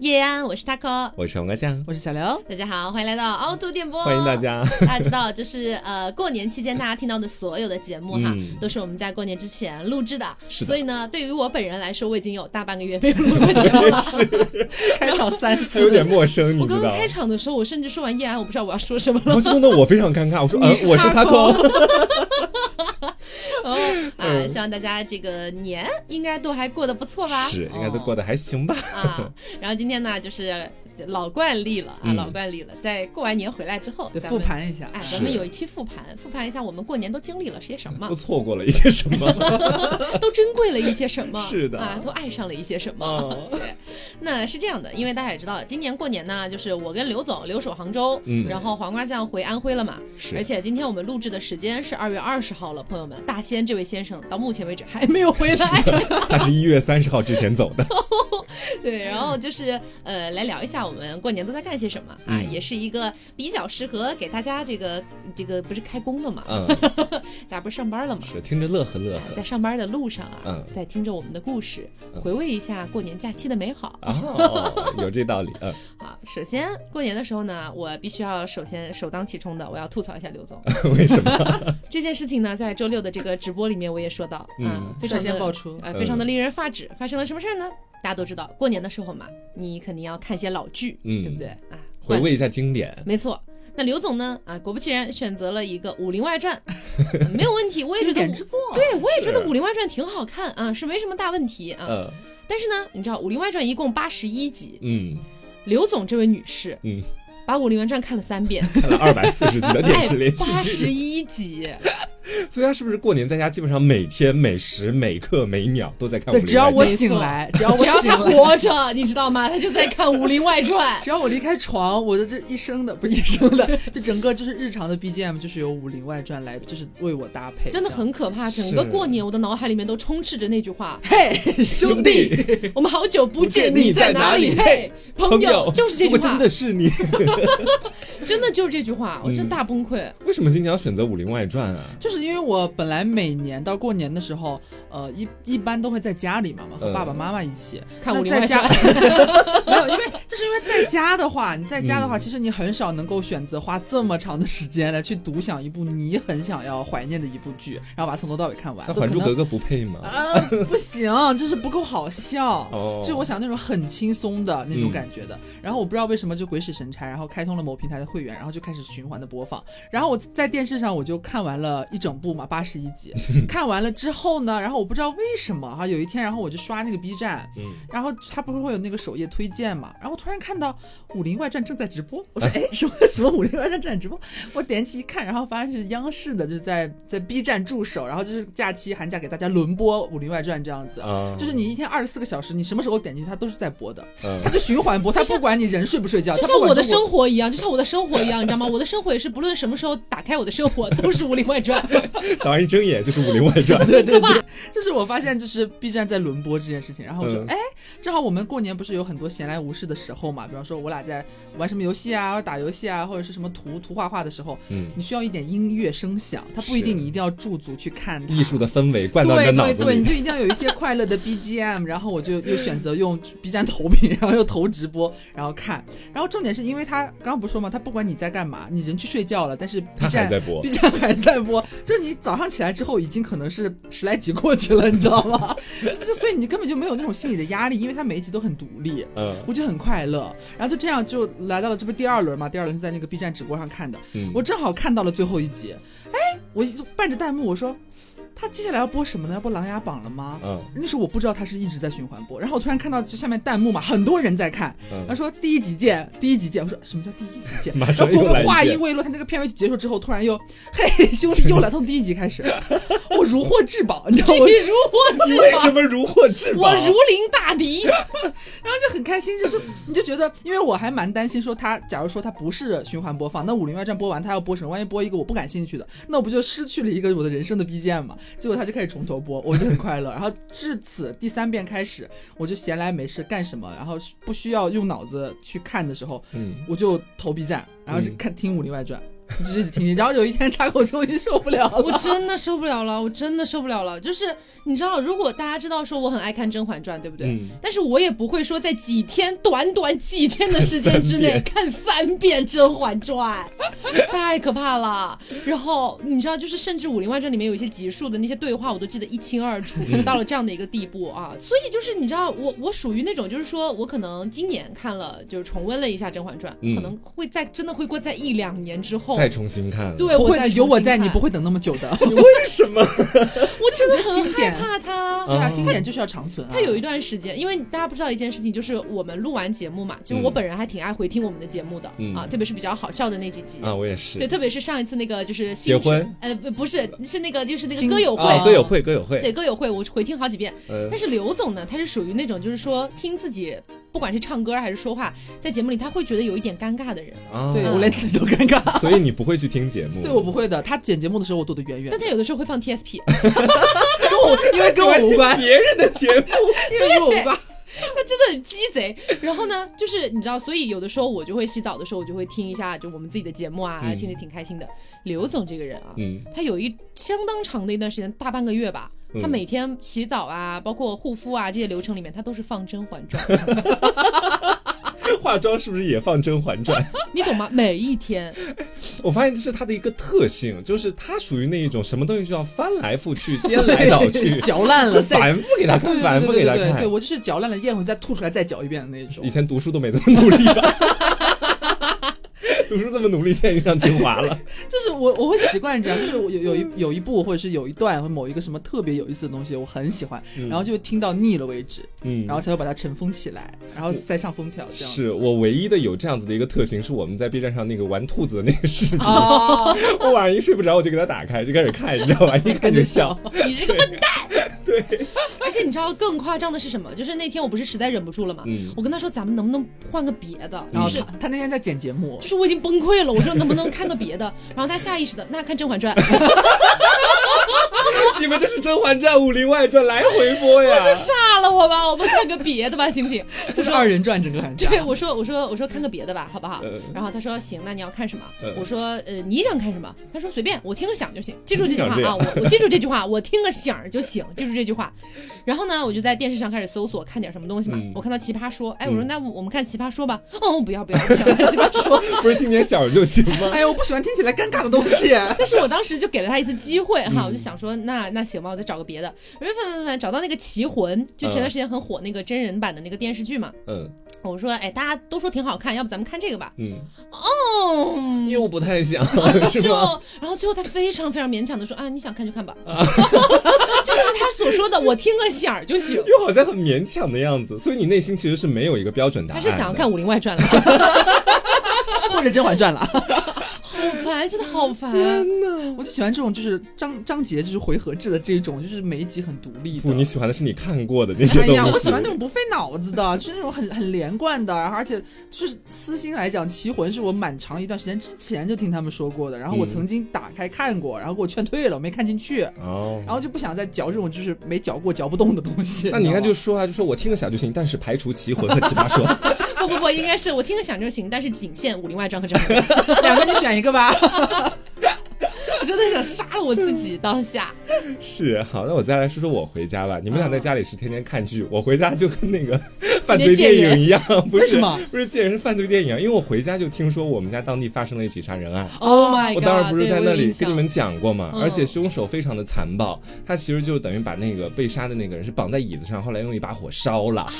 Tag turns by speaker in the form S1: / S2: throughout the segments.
S1: 夜安，我是 taco，
S2: 我是黄瓜酱，
S3: 我是小刘。
S1: 大家好，欢迎来到凹凸电波，
S2: 欢迎大。家。
S1: 大家知道，就是呃，过年期间大家听到的所有的节目哈，
S2: 嗯
S1: 都是我们在过年之前录制的。
S2: 是的
S1: 所以呢，对于我本人来说，我已经有大半个月没有录过节 目了。
S3: 开场三
S2: 他有
S3: 次，
S2: 点陌生，你
S1: 我
S2: 知
S1: 刚
S2: 道
S1: 刚？开场的时候，我甚至说完夜安，我不知道我要说什么了。
S2: 然后就弄得我非常尴尬，我说，呃，
S3: 是
S2: 我是 taco，
S1: 哦，啊，
S2: 嗯
S1: 希望大家这个年应该都还过得不错吧？哦
S2: 是应该都过得还行吧？
S1: 啊。然后今天呢，就是老惯例了啊，
S2: 嗯
S1: 老惯例了，在过完年回来之后，
S3: 得
S1: 咱
S3: 复
S1: 们。
S3: 盘一下。
S1: 哎，
S2: 是
S1: 咱们有一期复盘，复盘一下我们过年都经历了些什么
S2: 都，错过了一些什么？
S1: 都珍贵了一些什么，
S2: 是的
S1: 啊，都爱上了一些什么。
S2: 哦
S1: 对，那是这样的，因为大家也知道，今年过年呢，就是我跟刘总留守杭州，
S2: 嗯
S1: 然后黄瓜酱回安徽了嘛，而
S2: 是，
S1: 且今天我们录制的时间是二月二十号了，朋友们，大仙这位先生到目前为止还没有回来。
S2: 他是一月三十号之前走的，
S1: 对，然后就是呃，来聊一下我们过年都在干些什么啊，
S2: 嗯
S1: 也是一个比较适合给大家这个这个不是开工了嘛，
S2: 嗯，
S1: 大家不是上班了嘛。
S2: 是听着乐呵乐
S1: 在
S2: 呵
S1: 上班的路上啊，
S2: 嗯
S1: 在听着我们的故事，
S2: 嗯
S1: 回味一下过年假期的美好
S2: 哦，有这道理，嗯，
S1: 啊。首先，过年的时候呢，我必须要首先首当其冲的，我要吐槽一下刘 总
S2: 为什么？
S1: 这件事情呢，在周六的这个直播里面我也说到啊，
S2: 嗯
S1: 非常
S3: 率
S1: 的
S3: 先爆出，
S1: 呃，非常的令人发指。发生了什么事儿呢？大家都知道，过年的时候嘛，你肯定要看一些老剧，
S2: 嗯
S1: 对不对啊？
S2: 回味一下经典，
S1: 没错。那刘总呢？啊，果不其然选择了一个《武林外传》，没有问题，我也觉
S3: 经
S1: 得
S3: 典
S1: 武。
S3: 之作。
S1: 对，我也觉得《
S2: 是
S1: 武林外传》挺好看啊，是没什么大问题啊。
S2: 嗯
S1: 但是呢，你知道《武林外传》一共八十一集，
S2: 嗯，
S1: 刘总这位女士，
S2: 嗯，
S1: 把《武林外传》看了三 遍，
S2: 看了二百四十集的电
S1: 哎
S2: 视连，续
S1: 八十
S2: 剧，
S1: 一集，
S2: 所以他是不是过年在家基本上每天每时每刻每秒都在看？
S3: 对，只要我
S1: 没错
S3: 醒来，只要我
S1: 只要
S3: 醒
S1: 她
S3: 来，
S1: 活着，你知道吗？她就在看《武林外传》。
S3: 只要我离开床，我的这一生的不是一生的， 就整个就是日常的 BGM 就是由《武林外传》来就是为我搭配，：
S1: 真的很可怕，整个
S2: 是
S1: 过年我的脑海里面都充斥着那句话
S3: 嘿， 兄弟，
S1: 我们好久不见，
S2: 不见你
S1: 在
S2: 在哪
S1: 里？
S2: 里
S1: 嘿，朋
S2: 友
S1: 就是这句话，
S2: 我真的嗯是你。
S1: 真的就是这句话，我真大崩溃。
S2: 为什么今年要选择《武林外传》啊？
S3: 就是因为我本来每年到过年的时候，呃，一一般都会在家里嘛嘛，和
S2: 嗯
S3: 爸爸妈妈一起、
S1: 看
S3: 那
S1: 武林
S3: 在
S1: 外
S3: 家
S1: 传，
S3: 没有，因为就是因为在家的话，你在家的话，
S2: 嗯
S3: 其实你很少能够选择花这么长的时间来去独享一部你很想要怀念的一部剧，然后把它从头到尾看完。
S2: 那《
S3: 都
S2: 还
S3: 啊可
S2: 珠
S3: 能
S2: 格格》不配吗？
S3: 啊，不行，就是不够好笑。
S2: 哦，
S3: 就我想那种很轻松的那种感觉的，然后我不知道为什么就鬼使神差，然后开通了某平台的会员，然后就开始循环的播放。然后我在电视上我就看完了一整部嘛，八十一集。看完了之后呢，然后我不知道为什么哈，有一天然后我就刷那个 B 站，
S2: 嗯
S3: 然后它不是会有那个首页推荐嘛，然后突然看到《武林外传》正在直播，我说哎，什么什么《武林外传》正在直播？我点起一看，然后发现是央视的，就是在在 B 站驻守，然后就是假期寒假给大家轮播《武林外传》这样子。
S1: 嗯
S2: 啊，
S3: 就是你一天二十四个小时，你什么时候点进去，它都是在播的，
S2: 嗯
S3: 它就循环播，它不管你人睡不睡觉，
S1: 就
S3: 它
S1: 像
S3: 不管
S1: 我的
S3: 中国
S1: 生活一样，就像我的生活一样，你知道吗？我的生活也是，不论什么时候打开我的生活，都是《武林外 传》。
S2: 早上一睁眼就是《武林外传》
S3: 对对对，就是我发现就是 B 站在轮播这件事情，然后我说
S2: 嗯，
S3: 哎、正好我们过年不是有很多闲来无事的时候嘛，比方说我俩在玩什么游戏啊，或者打游戏啊，或者是什么图图画画的时候，
S2: 嗯，
S3: 你需要一点音乐声响，它不一定
S2: 是
S3: 你一定要驻足去看它
S2: 艺术。的氛围灌到你的
S3: 对
S2: 脑
S3: 对
S2: 子
S3: 对，你
S2: 里。
S3: 就一定要有一些快乐的 BGM，然后我就又选择用 B 站投屏，然后又投直播，然后看。然后重点是因为它刚刚不是说嘛，它不管你在干嘛，你人去睡觉了，但是 B
S2: 他还
S3: 站
S2: 在播
S3: B，站还在播，就是你早上起来之后已经可能是十来集过去了，你知道吗？ 就所以你根本就没有那种心理的压力，因为它每一集都很独立，
S2: 嗯
S3: 我就很快乐。然后就这样就来到了这不第二轮嘛，第二轮是在那个 B 站直播上看的，
S2: 嗯，
S3: 我正好看到了最后一集，哎，我就伴着弹幕我说，他接下来要播什么呢？要播《琅琊榜》了吗？
S2: 嗯
S3: 那时候我不知道他是一直在循环播，然后我突然看到就下面弹幕嘛，很多人在看，他
S2: 嗯，
S3: 说第一集见，第一集见。我说什么叫第一集见？
S2: 马上
S3: 然后
S2: 又
S3: 我
S2: 来一
S3: 们话
S2: 遍
S3: 音未落，他那个片尾曲结束之后，突然又嘿兄弟又来，从第一集 开始，我如获至宝，你知道我
S1: 你如获至
S2: 为
S1: 宝，
S2: 什么如获至宝？
S1: 我如临大敌。
S3: 就很开心，就是你就觉得，因为我还蛮担心说他，假如说他不是循环播放，那《武林外传》播完他要播什么？万一播一个我不感兴趣的，那我不就失去了一个我的人生的 BGM 嘛？结果他就开始从头播，我就很快乐。然后至此第三遍开始，我就闲来没事干什么，然后不需要用脑子去看的时候，
S2: 嗯
S3: 我就投 B 站，然后是
S2: 嗯
S3: 看、听《武林外传》，你就一直听听。然后有一天插口终于受不了
S1: 我
S3: 了，
S1: 真的受不了了，我真的受不了了。就是你知道，如果大家知道说我很爱看《甄嬛传》，对不对？
S2: 嗯
S1: 但是我也不会说在几天短短几天的时间之内看三遍《甄嬛传》，太可怕了。然后你知道，就是甚至《武林外传》里面有一些集数的那些对话，我都记得一清二楚，到了这样的一个地步啊。所以就是你知道，我我属于那种，就是说我可能今年看了，就是重温了一下《甄嬛传》
S2: 嗯
S1: 可能会在真的会过在一两年之后，
S2: 再重新看了，
S1: 对
S3: 不
S1: 我
S3: 会
S1: 再
S3: 的有我在，
S1: 重新
S3: 你
S1: 看
S3: 不会等那么久的。
S2: 为什么？
S1: 我真的
S3: 这就是
S1: 很
S3: 经
S1: 害
S3: 典
S1: 怕他。
S3: 对啊，
S2: 嗯
S3: 经典就是要长存啊。
S1: 他有一段时间，因为大家不知道一件事情，就是我们录完节目嘛，其实我
S2: 嗯
S1: 本人还挺爱回听我们的节目的、
S2: 嗯
S1: 啊，特别是比较好笑的那几集。
S2: 啊，我也
S1: 对，
S2: 是。
S1: 特别是上一次那个就是新
S2: 结婚，
S1: 呃，不不是，是那个就是那个
S3: 新
S1: 歌友会，
S2: 啊，歌友会，歌友会，
S1: 对歌友会，我回听好几遍。
S2: 呃
S1: 但，是刘总呢，他是属于那种就是说听自己不管是唱歌还是说话，在节目里他会觉得有一点尴尬的人，
S2: 啊，
S3: 对
S1: 嗯
S3: 我连自己都尴尬。
S2: 所以你不会去听节目？
S3: 对我不会的，他剪节目的时候我躲得远远
S1: 但
S3: 的，
S1: 他有的时候会放 TSP，
S3: 跟我因为跟我无关，
S2: 别人的节 目。
S3: 因为跟我无关。
S1: 他真的很鸡贼。然后呢，就是你知道，所以有的时候我就会洗澡的时候，我就会听一下就我们自己的节目啊，
S2: 嗯
S1: 听着挺开心的。刘总这个人啊，
S2: 嗯，
S1: 他有一相当长的一段时间，大半个月吧。
S2: 嗯
S1: 他每天洗澡啊，包括护肤啊这些流程里面，他都是放《甄嬛传》，
S2: 化妆是不是也放《甄嬛传》？
S1: 你懂吗？每一天，
S2: 我发现这是他的一个特性，就是他属于那一种什么东西就要翻来覆去、颠来倒去，
S3: 嚼烂了
S2: 就
S3: 再。
S2: 反复给他看，
S3: 对
S2: 反
S3: 对
S2: 复
S3: 对
S2: 给他
S3: 对对对，
S2: 看。
S3: 我就是嚼烂了咽回去，再吐出来再嚼一遍的那种
S2: 以。前读书都没这么努力吧？读书这么努力，现在遇上清华了。
S3: 就是我我会习惯这样，就是我有有一有一部或者是有一段或某一个什么特别有意思的东西，我很喜欢，然后就听到腻了为止，
S2: 嗯
S3: 然，后才会把它尘封起来，然后塞上封条这样。
S2: 是我唯一的有这样子的一个特性，是我们在 B 站上那个玩兔子的那个视 频，
S1: 哦，
S2: 我晚上一睡不着，我就给他打开，就开始看，你知道吧？一看就笑。
S1: 你这个笨蛋！ 对，而且你知道更夸张的是什么？就是那天我不是实在忍不住了嘛，
S2: 嗯
S1: 我跟他说咱们能不能换个别的？
S3: 然
S1: 就
S3: 后
S1: 是
S3: 他他那天在剪节目
S1: 就，是我已经崩溃了，我说能不能看个别的？然后他下意识的那看《甄嬛传》，
S2: 你们这是《甄嬛传》《武林外传》来回播呀？
S1: 炸了我吧，我们看个别的吧，行不 行？
S3: 就是二人转整个寒假。
S1: 对，我说我说我说看个别的吧，好不好
S2: 呃？
S1: 然后他说行，那你要看什么
S2: 呃？
S1: 我说呃你想看什么？他说随便，我听个响就行。记住这句话
S2: 经常这
S1: 啊，
S2: 样
S1: 我我记住这句话，我听个响儿就行， 记住这句话。然后呢，我就在电视上开始搜索看点什么东西嘛
S2: 嗯。
S1: 我看到《奇葩说》，哎，我说
S2: 嗯
S1: 那我们看《奇葩说》吧。 嗯，不要不要，不想看《奇葩 说》。
S2: 不是听点小就行吗？
S3: 哎呀，我不喜欢听起来尴尬的东西。
S1: 但是我当时就给了他一次机会哈，我就想说，那那行吧，我再找个别的。我就翻翻翻，找到那个《棋魂》，就前段时间很火那个真人版的那个电视剧嘛。
S2: 嗯
S1: 我说，哎，大家都说挺好看，要不咱们看这个吧？
S2: 嗯，
S1: 嗯，
S2: 又不太想是
S1: 最
S2: 吗？
S1: 后，然后最后他非常非常勉强的说啊，你想看就看吧， 这就是他所说的，我听个响儿就行。
S2: 又好像很勉强的样子，所以你内心其实是没有一个标准答
S1: 他
S2: 案。
S1: 是想要看《武林外传》 了，
S3: 或者《甄嬛传》了。
S1: 好烦，真的好烦。
S3: 我就喜欢这种，就是章章节就是回合制的这种，就是每一集很独立
S2: 不，
S3: 的。
S2: 你喜欢的是你看过的那些
S3: 哎
S2: 东西。
S3: 呀，我喜欢那种不费脑子的，就是那种很很连贯的，然后而且就是私心来讲，《棋魂》是我蛮长一段时间之前就听他们说过的，然后我
S2: 嗯
S3: 曾经打开看过，然后给我劝退了，我没看进去，
S2: 哦
S3: 然。后就不想再嚼这种就是没嚼过、嚼不动的东西。
S2: 那你看，
S3: 知道
S2: 就
S3: 吗
S2: 说啊，就说我听个响就行，但是排除奇魂和奇葩说，
S1: 不不不，应该是我听个响就行，但是仅限《武林外传》和《甄嬛传》。
S3: 两个你选一个吧。
S1: 我真的想杀了我自己当下。
S2: 哦是好。那我再来说说我回家吧。你们俩
S3: 嗯
S2: 在家里是天天看剧，我回家就跟那个犯罪电影一样，不是
S3: 为什么？
S2: 不是见人是犯罪电影啊，因为我回家就听说我们家当地发生了一起杀人案。
S1: Oh my god！
S2: 我当时不是
S1: 对
S2: 在那
S1: 我有
S2: 里
S1: 印象
S2: 跟你们讲过嘛，
S1: 嗯
S2: 而且凶手非常的残暴，他其实就等于把那个被杀的那个人是绑在椅子上，后来用一把火烧
S1: 啊
S2: 了。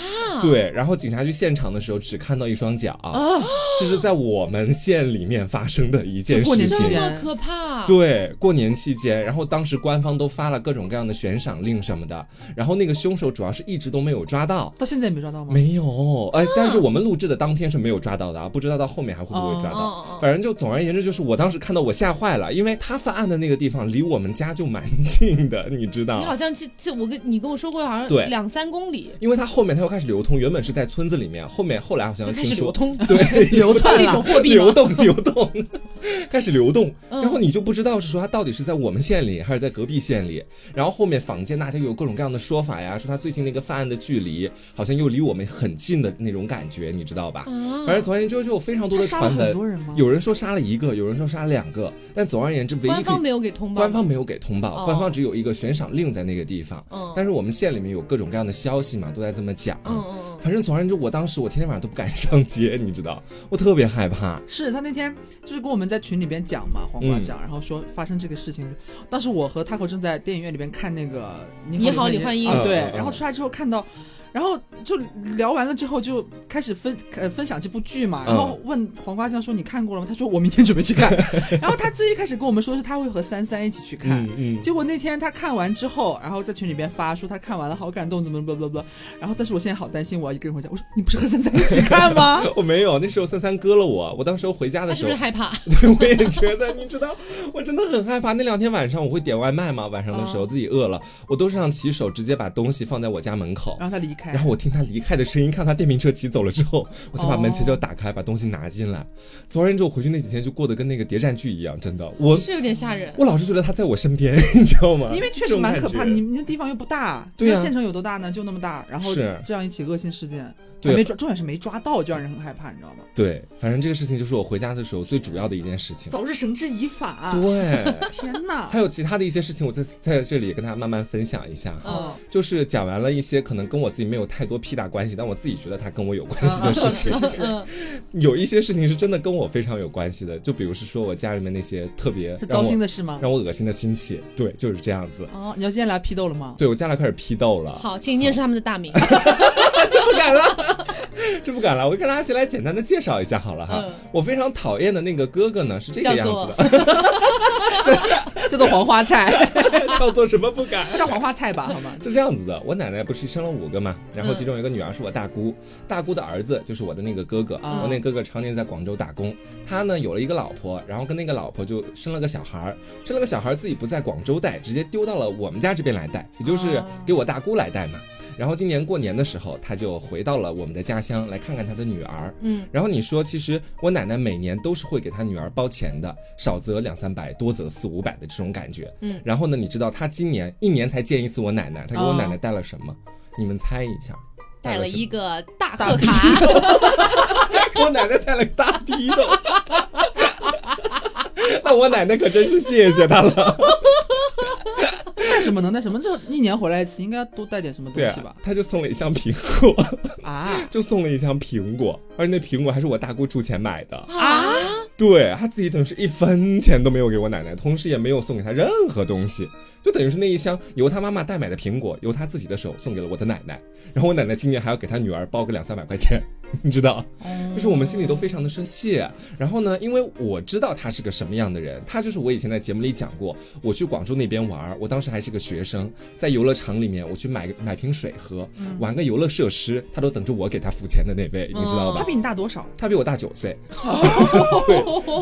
S2: 对，然后警察去现场的时候只看到一双脚，
S1: 啊
S2: 这是在我们县里面发生的一件
S3: 就过
S2: 事
S3: 年期
S1: 这
S2: 情
S3: 间。
S1: 么可怕。
S2: 对，过年期间，然后当时官方都发了各种各样的悬赏令什么的，然后那个凶手主要是一直都没有抓到，
S3: 到现在也没抓
S1: 嗯
S3: 到吗？
S2: 没有，
S1: 啊
S2: 哎，但是我们录制的当天是没有抓到的啊，不知道到后面还会不会抓
S1: 哦哦哦
S2: 到。反正就总而言之，就是我当时看到我吓坏了，因为他犯案的那个地方离我们家就蛮 近的，你知
S1: 你好
S2: 道。
S1: 像记记我跟你跟我说过，好
S2: 对
S1: 像两三公里。
S2: 因为他后面他又开始流通，原本是在村子里面，后面后来好像
S1: 就开
S2: 呃听
S1: 始
S2: 说
S1: 流通
S2: 对，
S3: 流
S1: 这
S3: 窜
S1: 是一种
S3: 了。
S1: 货币吗
S2: 流？动流动，开始流动，
S1: 嗯
S2: 然后你就不知道是说他到底是在我们县里还是在隔壁县里。然后后面坊间大家有各种各样的说法呀，说他最近那个犯案的距离好像又离我们很近的那种感觉，你知道吧？
S1: 啊
S2: 反正总而言之就有非常多的
S3: 他杀了
S2: 传
S3: 很
S2: 闻
S3: 多人吗，
S2: 有人说杀了一个，有人说杀了两个，但总而言之，唯一
S1: 官
S2: 可以
S1: 方没有给通报，
S2: 官方没有给通
S1: 哦
S2: 报，官方只有一个悬赏令在那个地方。
S1: 嗯
S2: 但是我们县里面有各种各样的消息嘛，都在这么讲。
S1: 嗯嗯
S2: 反正总而言之，我当时我天天晚上都不敢 上街，你知道，我特别害怕。
S3: 是他那天就是跟我们在群里边讲嘛，黄
S2: 嗯
S3: 瓜讲，然后说发生这个事情。当时我和 Taco 正在电影院里边看那个《
S1: 你
S3: 你
S1: 好
S3: 好
S1: 李焕英
S3: 啊，对
S2: 嗯嗯，嗯
S3: 然后出来之后看到。然后就聊完了之后，就开始分呃分享这部剧嘛。然
S2: 嗯
S3: 后问黄瓜酱说：“你看过了吗？”他说：“我明天准备 去看。”然后他最一开始跟我们说是他会和三三一起去看，
S2: 嗯
S3: 结果那天他看完之后，然后在群里边发说他看完了，好感动，怎么怎么怎么。然后，但是我现在好担心，我要一个人回家。我说你不是和三三一起看吗？
S2: 我没有，那时候三三割了我。我当时候回家
S1: 他
S2: 的
S1: 是
S2: 时
S1: 不
S2: 候，
S1: 啊是害怕？
S2: 我也觉得，你知道，我真的很害怕。那两天晚上我会点外卖嘛，晚上的时候
S1: 哦
S2: 自己饿了，我都是让骑手直接把东西放在我家门
S1: 哦
S2: 口，
S3: 然后他离开
S2: 然，后我听他离开的声音，看他电瓶车骑走了之后，我才把门
S3: 哦
S2: 前就打开，把东西拿进来。总而言之，我回去那几天就过得跟那个谍战剧一样，真的， 我
S1: 是有点吓人。
S2: 我老是觉得他在我身边， 你知道吗？
S3: 因为确实蛮可怕。
S2: 这种感觉
S3: 你们那地方又不大，
S2: 对啊
S3: 那县城有多大呢？就那么大。然后
S2: 是
S3: 这样一起恶性事件，
S2: 对
S3: 还没抓，重点是没抓到，就让人很害怕，你知道吗？
S2: 对，反正这个事情就是我回家的时候最主要的一件事 情。
S3: 早日绳之以法、啊
S2: 对，
S3: 天哪
S2: 还！有其他的一些事情，我在在这里跟大家慢慢分享一下 哈。
S1: 嗯
S2: 就是讲完了一些可能跟我自己没有太多屁大关系，但我自己觉得它跟我有关系的事 情。
S3: 是是
S1: 嗯，
S2: 有一些事情是真的跟我非常有关系的，就比如是说我家里面那些特别
S3: 是
S2: 让
S3: 糟心
S2: 我
S3: 的事吗？
S2: 让我恶心的亲戚，对，就是这样子。
S3: 哦，你要今天来批斗了吗？
S2: 对我家里开始批斗了，
S1: 好，请念出他们的大名。
S2: 不敢了，这不敢了。我就跟大家先来简单的介绍一下好了哈。
S1: 嗯
S2: 我非常讨厌的那个哥哥呢 是这个
S1: 叫
S2: 样
S1: 做
S2: 子的，
S3: 叫做黄花菜，
S2: 叫做什么不敢？
S3: 叫黄花菜吧，好吗？
S2: 是这样子的，我奶奶不是生了五个嘛，然后
S1: 嗯
S2: 其中有一个女儿是我大姑，大姑的儿子就是我的那个哥哥，
S3: 嗯
S2: 我那哥哥常年在广州打工，他呢有了一个老婆，然后跟那个老婆就生了个小孩儿，生了个小孩儿自己不在广州带，直接丢到了我们家这边来带，也就是
S3: 哦
S2: 给我大姑来带嘛。然后今年过年的时候，他就回到了我们的家乡来看看他的女儿。
S1: 嗯，
S2: 然后你说，其实我奶奶每年都是会给她女儿包钱的，少则两三百，多则四五百的这种感觉。
S1: 嗯
S2: 然后呢，你知道她今年一年才见一次我奶奶，她给我奶奶带了什么？你们猜一下。
S1: 带了
S2: 什么
S1: 一个大贺卡，
S2: 给我奶奶带了个大逼斗。 那我奶奶可真是谢谢她了，
S3: 带什么能带什么？就一年回来一次，应该要多带点什么东
S2: 对
S3: 西吧
S2: 啊，？她就送了一箱苹果，
S3: 啊
S2: 就送了一箱苹果，而且那苹果还是我大姑出钱买的，
S1: 啊，
S2: 对她自己等于是一分钱都没有给我奶奶，同时也没有送给她任何东西，就等于是那一箱由她妈妈代买的苹果，由她自己的手送给了我的奶奶，然后我奶奶今年还要给她女儿包个两三百块钱，你知道？就是我们心里都非常的生气。然后呢，因为我知道他是个什么样的人，他就是我以前在节目里讲过，我去广州那边玩儿，我当时还是个学生，在游乐场里面，我去买买瓶水喝，玩个游乐设施，他都等着我给他付钱的那位，你知道
S1: 嗯
S2: 吧？
S3: 他比你大多少？
S2: 他比我大九岁，对，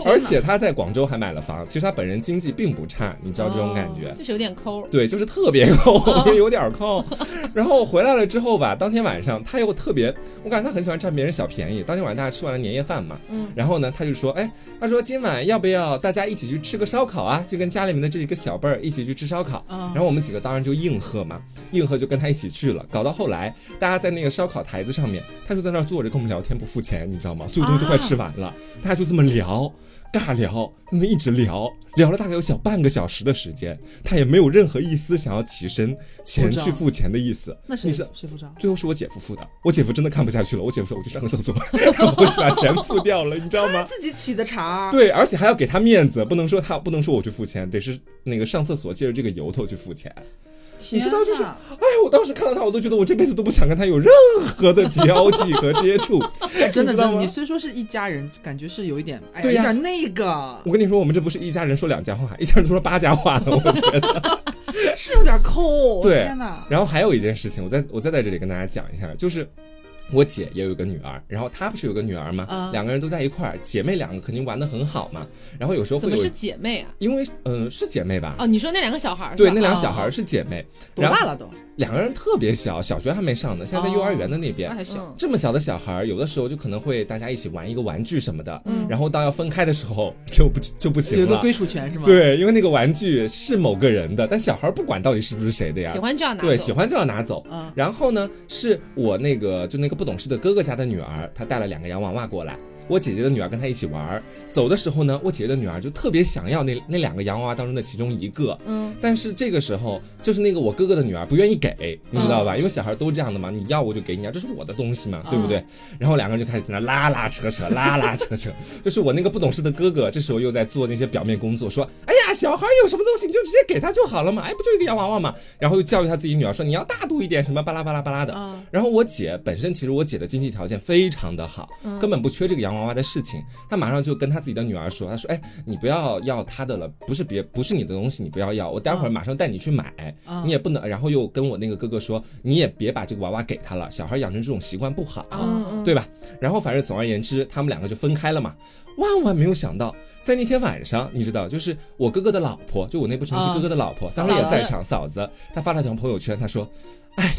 S2: 而且他在广州还买了房，其实他本人经济并不差，你知道这种感觉。
S1: 就是有点抠。
S2: 对，就是特别抠，有点抠。然后回来了之后吧，当天晚上他又特别，我感觉他很喜欢占别人小便宜。当天晚上大家吃完了年夜饭嘛，
S1: 嗯
S2: 然后呢，他就说，哎，他说今晚要不要大家一起去吃个烧烤啊？就跟家里面的这几个小辈儿一起去吃烧烤。
S3: 嗯
S2: 然后我们几个当然就应和嘛，应和就跟他一起去了。搞到后来，大家在那个烧烤台子上面，他就在那儿坐着跟我们聊天，不付钱，你知道吗？所有东西都快吃完了，大家就这么聊。尬聊，那么一直聊，聊了大概有小半个小时的时间，他也没有任何一丝想要起身前去付钱的意思。
S3: 那
S2: 你
S3: 谁
S2: 是啊
S3: 谁付账？
S2: 最后是我姐夫付的，我姐夫真的看不下去了，我姐夫说我去上个厕所，然后我去把钱付掉了，你知道吗？
S3: 自己起的茬。
S2: 对，而且还要给他面子，不能说他不能说我去付钱，得是那个上厕所借着这个由头去付钱。你知道就是
S3: 天哪
S2: 哎呀，我当时看到他，我都觉得我这辈子都不想跟他有任何的交际和接 触，
S3: 哎
S2: 哎
S3: 真的
S2: 你
S3: 真
S2: 知道
S3: 的，
S2: 吗
S3: 你？虽说是一家人，感觉是有一点，哎呀，
S2: 对
S3: 有
S2: 呀
S3: 点那个，
S2: 我跟你说，我们这不是一家人说两家话， 一家人说了八家话了，我 觉得。
S3: 是有点抠。
S2: 对
S3: 天哪，
S2: 然后还有一件事情，我再我再在这里跟大家讲一下，就是我姐也有个女儿，然后她不是有个女儿吗？
S3: 啊
S2: 两个人都在一块儿，姐妹两个肯定玩的很好嘛。然后有时候
S1: 怎
S2: 会
S1: 么
S2: 有
S1: 是，姐妹啊？
S2: 因为嗯、呃是姐妹吧？
S1: 哦，你说那两个小孩儿是吧？
S2: 对，那两个小孩
S1: 哦
S2: 儿是姐妹，
S3: 多
S2: 然后
S3: 大了都？
S2: 两个人特别小，小学还没上呢，现在在幼儿园的那边。
S3: 那还小。
S1: 嗯
S2: 这么小的小孩儿，有的时候就可能会大家一起玩一个玩具什么 的，
S1: 嗯
S2: 然后当要分开的时候就不就不嗯行
S3: 有一个
S2: 了。
S3: 归属权是吗？，
S2: 对，因为那个玩具是某个人的，但小孩儿不管到底是不是谁的呀
S1: 喜，欢就要拿
S2: 对，
S1: 走
S2: 喜欢就要拿走。
S3: 啊
S2: 然后呢，是我那个就那个不懂事的哥哥家的女儿，她带了两个洋娃娃过来。我姐姐的女儿跟她一起玩儿，走的时候呢，我姐姐的女儿就特别想要那那两个洋娃娃当中的其中一个，
S1: 嗯，
S2: 但是这个时候就是那个我哥哥的女儿不愿意给，你知道吧？因为小孩都这样的嘛，你要我就给你啊，这是我的东西嘛，对不对？然后两个人就开始在那拉拉扯扯， 拉拉扯扯，就是我那个不懂事的哥哥，这时候又在做那些表面工作，说：“哎呀，小孩有什么东西你就直接给他就好了嘛，哎，不就一个洋娃娃嘛。”然后又教育他自己女儿说：“你要大度一点，什么巴拉巴拉巴拉的。”
S3: 啊，
S2: 然后我姐本身其实我姐的经济条件非常的好，根本不缺这个洋娃娃的事情。她马上就跟她自己的女儿说：“她说，哎，你不要要她的了，不是别不是你的东西，你不要要，我待会儿马上带你去买，
S3: 啊
S2: 你也不能。”然后又跟我那个哥哥说：“你也别把这个娃娃给她了，小孩养成这种习惯不
S3: 哦
S2: 好。”
S1: 嗯嗯，
S2: 啊对吧？然后反正总而言之，他们两个就分开了嘛。万万没有想到，在那天晚上，你知道，就是我哥哥的老婆，就我那不成器
S3: 啊
S2: 哥哥的老婆，当
S1: 嫂
S2: 时
S1: 子
S2: 也在场，嫂子，她发了条朋友圈，她说：“哎，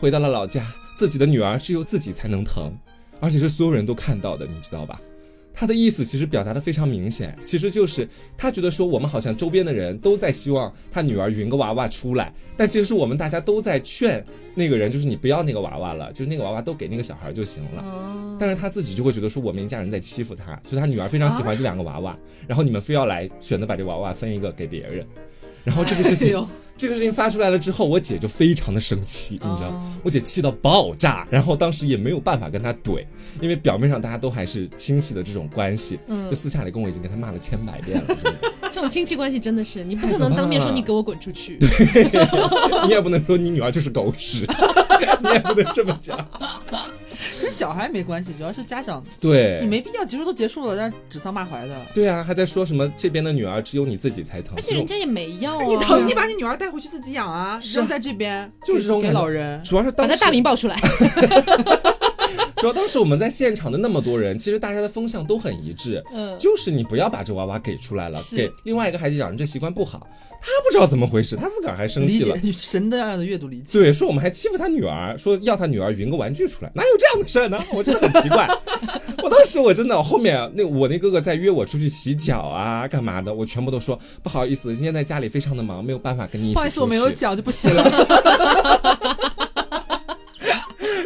S2: 回到了老家，自己的女儿只有自己才能疼，而且是所有人都看到的，你知道吧？”她的意思其实表达的非常明显，其实就是她觉得说我们好像周边的人都在希望她女儿云个娃娃出来，但其实是我们大家都在劝那个人，就是你不要那个娃娃了，就是那个娃娃都给那个小孩就行了。
S1: 哦，
S2: 但是他自己就会觉得说我们一家人在欺负他，就是他女儿非常喜欢这两个娃娃，然后你们非要来选择把这娃娃分一个给别人，然后这个事
S3: 哎
S2: 情、
S3: 呦
S2: 这个事情发出来了之后，我姐就非常的生气，你知道吗？
S1: 哦
S2: 我姐气到爆炸，然后当时也没有办法跟她怼，因为表面上大家都还是亲戚的这种关系，
S1: 嗯
S2: 就私下里跟我已经跟她骂了千百遍了， 真的
S1: 这种亲戚关系真的是，你不可能当面说你给我滚出去，
S2: 你也不能说你女儿就是狗屎， 你也不能这么讲，
S3: 跟小孩没关系，主要是家长，
S2: 对，
S3: 你没必要结束都结束了，但是指桑骂槐的。
S2: 对啊，还在说什么这边的女儿只有你自己才疼，
S1: 而且
S2: 这种
S1: 人家也没要 啊，
S3: 你疼，你把你女儿带回去自己养啊，
S2: 是啊
S3: 扔在这边，
S2: 就是这种
S3: 给
S2: 感觉
S3: 老人。
S2: 主要是
S1: 把
S2: 当
S1: 他
S2: 时
S1: 大名报出来，
S2: 主要当时我们在现场的那么多人，其实大家的风向都很一致，
S1: 嗯
S2: 就是你不要把这娃娃给出来了，
S1: 是
S2: 给另外一个孩子讲这习惯不好，他不知道怎么回事，他自个儿还生
S3: 理
S2: 气
S3: 解
S2: 了。，
S3: 你神的样的阅读理解。
S2: 对，说我们还欺负他女儿，说要他女儿匀个玩具出来，哪有这样的事儿呢？我真的很奇怪。 我当时我真的后面那我那哥哥在约我出去洗脚啊干嘛的，我全部都说不好意思，今天在家里非常的忙，没有办法跟你一起
S3: 不好意思，
S2: 出
S3: 我没有
S2: 去
S3: 讲就不写了。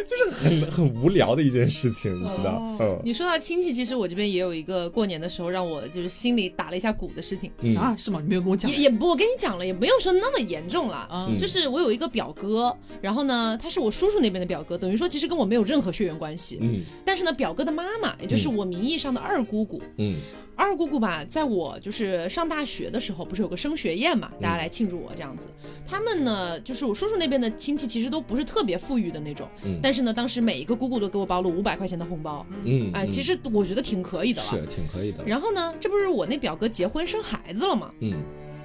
S2: 就是
S3: 嗯
S2: 很很无聊的一件事情，你知道？嗯
S1: 哦 你说到亲戚，其实我这边也有一个过年的时候让我就是心里打了一下鼓的事情，
S2: 嗯嗯
S3: 啊，是吗？你没有跟我讲
S1: 也也不，我跟你讲了，也没有说那么严重了。
S3: 啊
S2: 嗯
S1: 就是我有一个表哥，然后呢，他是我叔叔那边的表哥，等于说其实跟我没有任何血缘关系。
S2: 嗯
S1: 但是呢，表哥的妈妈，也就是我名义上的二姑姑，
S2: 嗯
S1: 二姑姑吧，在我就是上大学的时候，不是有个升学宴嘛，
S2: 嗯
S1: 大家来庆祝我这样子。他们呢，就是我叔叔那边的亲戚，其实都不是特别富裕的那种，
S2: 嗯
S1: 但是呢，当时每一个姑姑都给我包了五百块钱的红包，
S2: 嗯，
S1: 哎，其实我觉得挺可以的了。
S2: 是挺可以的。
S1: 然后呢，这不是我那表哥结婚生孩子了嘛？
S2: 嗯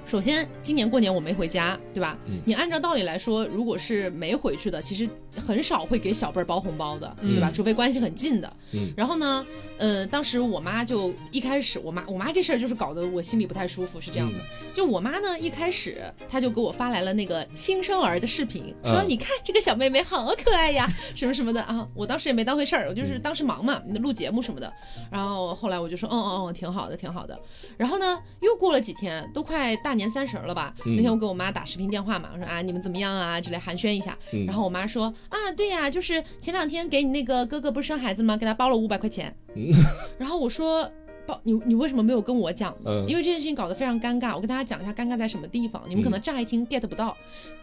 S1: 首先，今年过年我没回家，对吧？
S2: 嗯
S1: 你按照道理来说，如果是没回去的，其实很少会给小辈儿包红包的，对吧？除非关系很近的。
S2: 嗯
S1: 然后呢，呃，当时我妈就一开始，我妈我妈这事儿就是搞得我心里不太舒服，是这样的。
S2: 嗯
S1: 就我妈呢，一开始她就给我发来了那个新生儿的视频，
S2: 嗯
S1: 说你看这个小妹妹好可爱呀，什么什么的啊。我当时也没当回事儿，我
S2: 嗯
S1: 就是当时忙嘛，录节目什么的。然后后来我就说，嗯嗯嗯，挺好的，挺好的。然后呢，又过了几天，都快大年三十儿了吧？
S2: 嗯
S1: 那天我给我妈打视频电话嘛，我说啊，你们怎么样啊？之类寒暄一下。
S2: 嗯
S1: 然后我妈说啊，对呀、就是前两天给你那个哥哥不是生孩子吗？给他包了五百块钱。
S2: 嗯
S1: 然后我说。包你你为什么没有跟我讲呢？
S2: 嗯
S1: 因为这件事情搞得非常尴尬。我跟大家讲一下尴尬在什么地方，你们
S2: 嗯
S1: 可能乍一听 get 不到，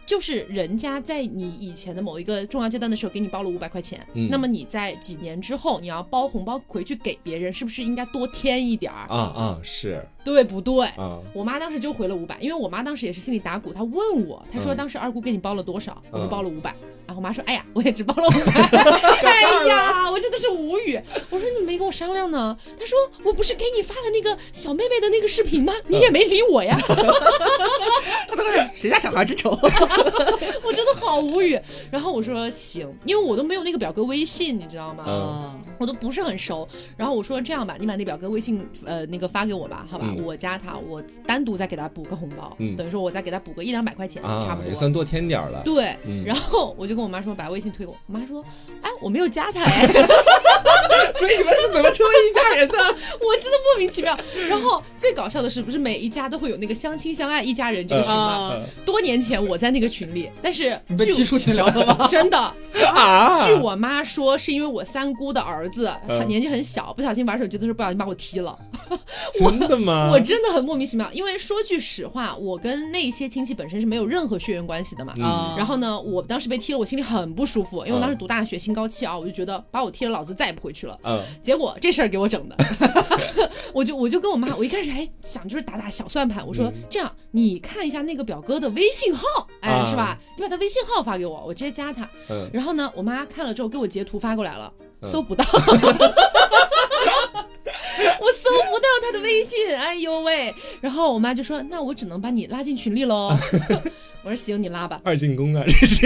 S1: 就是人家在你以前的某一个重要阶段的时候给你包了五百块钱，
S2: 嗯
S1: 那么你在几年之后你要包红包回去给别人，是不是应该多添一点儿？
S2: 啊啊是
S1: 对不对？
S2: 啊
S1: 我妈当时就回了五百，因为我妈当时也是心里打鼓，她问我，她说
S2: 嗯
S1: 当时二姑给你包了多少？我说
S2: 嗯
S1: 包了五 百。然后我妈说：“哎呀，我也只包了五百。”哎呀，我真的是无语。我说你没给我我商量呢，他说我不是给你发了那个小妹妹的那个视频吗？你
S2: 嗯
S1: 也没理我呀，
S3: 他都快谁家小孩真丑。
S1: 我真的好无语。然后我说行，因为我都没有那个表哥微信，你知道吗？
S2: 嗯，
S1: 我都不是很熟。然后我说这样吧，你把那表哥微信呃那个发给我吧，好吧，
S2: 嗯
S1: 我加他，我单独再给他补个红包，
S2: 嗯
S1: 等于说我再给他补个一两百块钱，差
S2: 啊
S1: 不，
S2: 也
S1: 多。
S2: 算多添点儿了。
S1: 对，
S2: 嗯
S1: 然后我就跟我妈说把微信推给我，我妈说，哎，我没有加他哎，
S3: 所以你们是怎么成为一家人 的？
S1: 我真的莫名其妙。然后最搞笑的是，不是每一家都会有那个相亲相爱一家人这个群吗？
S2: 呃
S3: 啊，
S1: 多年前我在那个群里，但是
S3: 你被
S1: 据
S3: 踢出群聊了吗？
S1: 我 真的，
S2: 啊
S1: 据我妈说，是因为我三姑的儿子，他
S2: 嗯
S1: 年纪很小，不小心玩手机的时候不小心把我踢
S3: 啊
S1: 了。
S2: 真的吗？
S1: 我真的很莫名其妙，因为说句实话，我跟那些亲戚本身是没有任何血缘关系的嘛。
S2: 嗯
S1: 然后呢，我当时被踢了，我心里很不舒服，因为我当时读大学，心高气傲，我就觉得把我踢了，老子再也不回去了。
S2: 嗯
S1: 结果这事儿给我整的， 我就我就跟我妈，我一开始还想就是打打小算盘，我
S2: 嗯
S1: 说、这样你看一下那个表哥的微信号，哎、
S2: 啊
S1: 是吧？你把他微信号发给我，我直接加他。
S2: 嗯，
S1: 然后呢，我妈看了之后给我截图发过来了，
S2: 嗯
S1: 搜不到。 我搜不到他的微信，哎呦喂！然后我妈就说：“那我只能把你拉进群里喽。” 我说：“行，你拉吧。
S2: 二进宫啊，这是。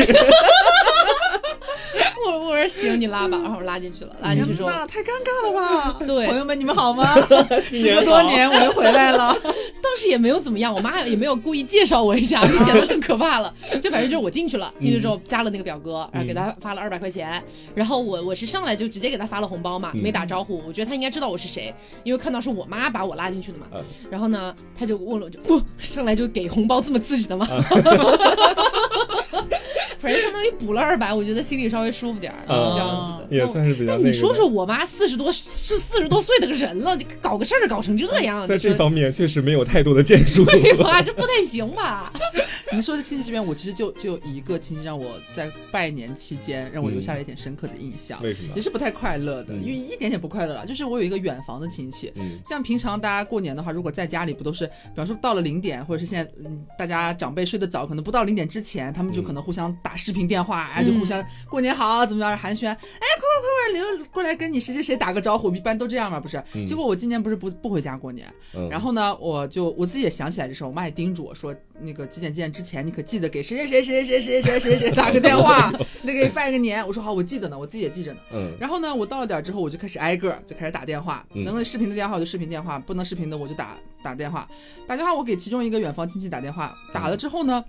S1: 我”我说：“行，你拉吧。”然后我拉进去了，拉进去之后，
S3: 嗯那太尴尬了吧？
S1: 对
S3: 朋友们，你们好吗？
S2: 新
S3: 时
S2: 年
S3: 隔
S2: 好
S3: 多年，我又回来了。
S1: 倒是也没有怎么样，我妈也没有故意介绍我一下，就显得更可怕了。就反正就是我进去了，进去之后加了那个表哥，然后给他发了二百块钱，然后我我是上来就直接给他发了红包嘛，没打招呼，我觉得他应该知道我是谁，因为看到是我妈把我拉进去的嘛
S2: 嗯。
S1: 然后呢，他就问了我就，哦，上来就给红包这么刺激的吗？ 反正相当于补了二百，我觉得心里稍微舒服点儿，
S2: 啊
S1: 这样子的。
S2: 也算是比较那
S1: 但
S2: 个。
S1: 哦你说说，我妈四十多是四十多岁的个人了，你搞个事儿搞成这样，
S2: 在
S1: 你说哎
S2: 这方面确实没有太多的 建树。
S1: 对吧？这不太行吧？
S3: 你说这亲戚这边，我其实就就有一个亲戚让我在拜年期间让我留下了一点深刻的印象，
S2: 嗯 为什么
S3: 也？是不太快乐的，
S2: 嗯
S3: 因为一点点不快乐了。就是我有一个远房的亲戚。
S2: 嗯
S3: 像平常大家过年的话，如果在家里不都是，比方说到了零点，或者是现在嗯大家长辈睡得早，可能不到零点之前，他
S2: 嗯
S3: 们就可能互相打视频电话，哎、就互相过年好怎么样寒暄，哎快快快快留过来跟你谁谁谁打个招呼，一般都这样嘛不是？
S2: 嗯
S3: 结果我今年不是不不回家过年，
S2: 嗯，
S3: 然后呢，我就我自己也想起来这事儿，我妈也叮嘱我说，那个几点几点之前，你可记得给谁谁谁谁谁谁谁谁谁打个电话，那个拜个年。我说好，我记得呢，我自己也记着呢。
S2: 嗯
S3: 然后呢，我到了点儿之后，我就开始挨个儿就开始打电话，
S2: 嗯
S3: 能视频的电话我就视频电话，不能视频的我就打打电话。打电话我给其中一个远房亲戚打电话，打了之后呢，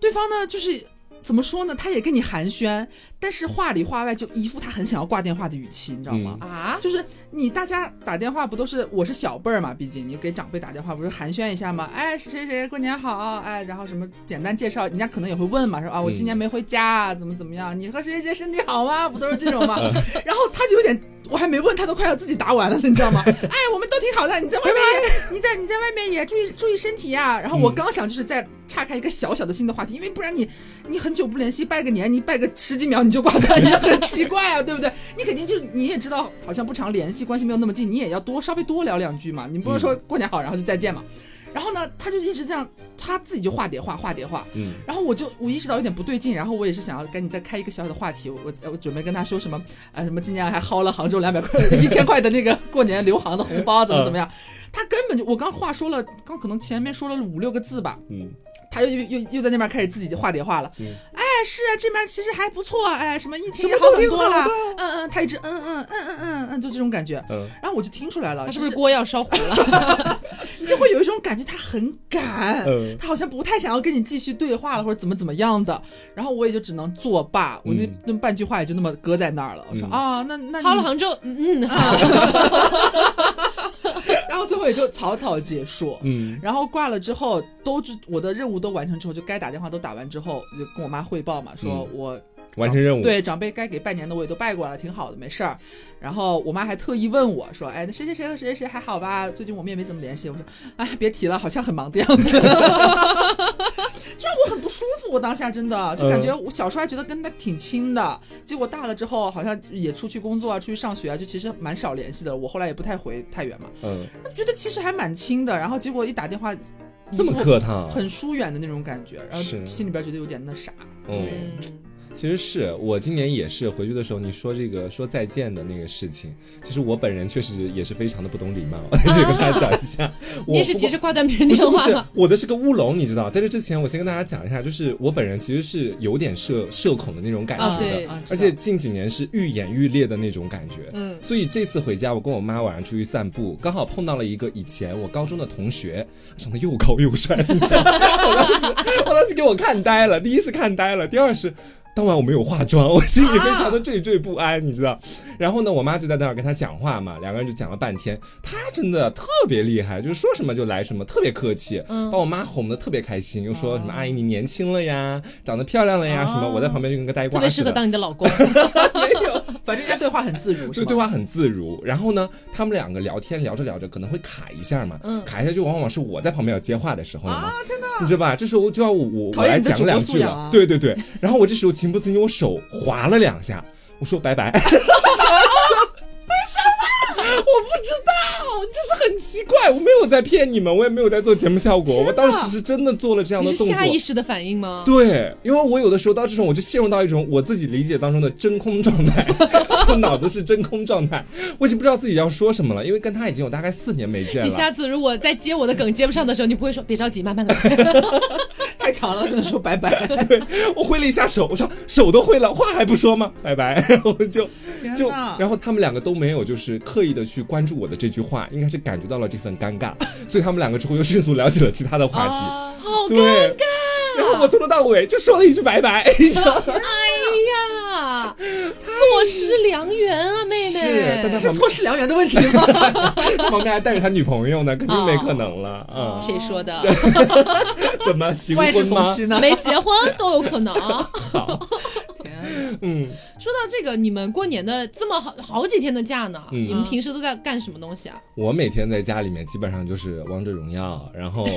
S3: 对方呢就是怎么说呢，他也跟你寒暄，但是话里话外就一副他很想要挂电话的语气，你知道吗？
S2: 嗯
S1: 啊，
S3: 就是你大家打电话不都是我是小辈儿嘛，毕竟你给长辈打电话不是寒暄一下吗？哎，谁谁谁过年好，哎，然后什么简单介绍，人家可能也会问嘛，说啊我今年没回家啊，怎么怎么样，你和谁谁谁身体好吗？不都是这种吗？然后他就有点，我还没问他都快要自己答完了，你知道吗？哎，我们都挺好的，你在外面也，你在你在外面也注意注意身体呀、然后我刚想就是再岔开一个小小的新的话题，因为不然你你很久不联系，拜个年，你拜个十几秒你就挂断，也很奇怪啊，对不对？你肯定就你也知道，好像不常联系，关系没有那么近，你也要多稍微多聊两句嘛。你不是说过年好，然后就再见嘛？然后呢，他就一直这样，他自己就话叠话，话叠话。
S2: 嗯
S3: 然后我就我意识到有点不对劲，然后我也是想要赶紧再开一个小小的话题，我我我准备跟他说什么啊什么今年还薅了杭州两百块一千块的那个过年留行的红包怎么怎么样，他根本就我刚话说了，刚可能前面说了五六个字吧，
S2: 嗯
S3: 他又又又在那边开始自己话叠话了。
S2: 嗯
S3: 哎，是啊，这边其实还不错，哎，什么疫情也好很多了，嗯嗯，他一直嗯嗯嗯嗯嗯嗯，就这种感觉。
S2: 嗯
S3: 然后我就听出来了，
S1: 他是
S3: 就
S1: 不是锅要烧糊 了？
S3: 你就会有一种感觉，他很赶，
S2: 嗯
S3: 他好像不太想要跟你继续对话了，或者怎么怎么样的。然后我也就只能作罢，我那、
S2: 嗯
S3: 那半句话也就那么搁在那儿了。我说、
S2: 嗯
S3: 啊，那那你
S1: 好了，杭州，嗯嗯，好，
S3: 然后最后也就草草结束。
S2: 嗯
S3: 然后挂了之后，都知我的任务都完成之后，就该打电话都打完之后，就跟我妈汇报嘛，说
S2: 嗯
S3: 我
S2: 完成任务。
S3: 对，长辈该给拜年的我也都拜过了，挺好的，没事儿。然后我妈还特意问我说：“哎，那谁谁谁和谁谁谁还好吧？最近我们也没怎么联系。”我说：“哎，别提了，好像很忙的样子。” 就让我很不舒服，我当下真的就感觉
S2: 嗯
S3: 我小时候还觉得跟他挺亲的，结果大了之后好像也出去工作啊，出去上学啊，就其实蛮少联系的了。我后来也不太回太原嘛，
S2: 嗯，
S3: 觉得其实还蛮亲的。然后结果一打电话，
S2: 这么客套。啊
S3: 很疏远的那种感觉，然后
S2: 是
S3: 心里边觉得有点那啥。
S2: 嗯，
S1: 嗯，
S2: 其实是我今年也是回去的时候，你说这个说再见的那个事情，其实我本人确实也是非常的不懂礼貌，这个跟大家讲 一下。
S1: 啊你
S2: 我
S1: 也是
S2: 不
S1: 急着挂断别人
S2: 不
S1: 电
S2: 是不
S1: 话
S2: 是
S1: 吗？，
S2: 我的是个乌龙，你知道。在这之前，我先跟大家讲一下，就是我本人其实是有点社社恐的那种感
S1: 啊
S2: 觉的，
S1: 对
S3: 啊知
S2: 而
S3: 道
S2: 且近几年是愈演愈烈的那种感觉。
S1: 嗯
S2: 所以这次回家，我跟我妈晚上出去散步，刚好碰到了一个以前我高中的同学，长得又高又帅，你知道吗？ 我当时我当时给我看呆了，第一是看呆了，第二是。当晚我没有化妆，我心里非常的惴惴不安，你知道。然后呢，我妈就在那儿跟他讲话嘛，两个人就讲了半天。他真的特别厉害，就是说什么就来什么，特别客气，
S1: 嗯
S2: 把我妈哄得特别开心，又说
S1: 哦
S2: 什么阿姨你年轻了呀，长得漂亮了呀什么。我在旁边就跟个呆瓜
S1: 嗯特别
S2: 似
S1: 适
S2: 的
S1: 合。当你的老公。
S2: 没有，
S3: 反正人家对话很自 如，是
S2: 就
S3: 吧？
S2: 对话很自如。然后呢，他们两个聊天聊着聊着可能会卡一下嘛，
S1: 嗯
S2: 卡一下就往往是我在旁边要接话的时候嘛。
S3: 啊，天哪！
S2: 你知道吧？这时候就要我我
S3: 讨
S2: 我
S3: 厌
S2: 来
S3: 你的
S2: 讲
S3: 主播
S2: 两
S3: 素
S2: 句了，
S3: 养啊
S2: 对对对。然后我这时候情不自禁，我手划了两下，我说拜拜。为什么？我不知道，就是很奇怪，我没有在骗你们，我也没有在做节目效果，我当时是真的做了这样的
S1: 你
S2: 动
S1: 是
S2: 作。
S1: 下意识的反应吗？
S2: 对，因为我有的时候到这种，我就陷入到一种我自己理解当中的真空状态， 就脑子是真空状态，我已经不知道自己要说什么了，因为跟他已经有大概四年没见
S1: 你
S2: 了。
S1: 下次如果再接我的梗接不上的时候，你不会说别着急，慢慢来。
S3: 太长了，跟他说拜拜。
S2: 对，我挥了一下手，我说手都挥了，话还不说吗？拜拜， 我就就，
S3: 哪
S2: 然后他们两个都没有就是刻意的去关注我的这句话，应该是感觉到了这份尴尬，所以他们两个之后又迅速聊起了其他的话题。
S1: 啊，好
S2: 对
S1: 尴尬。啊
S2: 然后我从头到尾就说了一句拜拜， 你知道吗？
S1: 哎呀，错失良缘啊，妹妹。
S2: 是但他
S3: 这是错失良缘的问题 吗？
S2: 旁边还带着他女朋友呢，肯定没
S1: 哦
S2: 可能了啊。嗯
S1: 谁说 的？
S2: 怎么行
S3: 万一
S2: 婚
S3: 是同
S2: 吗？
S3: 期 呢？
S1: 没结婚都有可能。
S3: 天
S2: 嗯，
S1: 说到这个，你们过年的这么好好几天的假呢，
S2: 嗯
S1: 你们平时都在干什么东西啊？
S2: 我每天在家里面基本上就是王者荣 耀，然后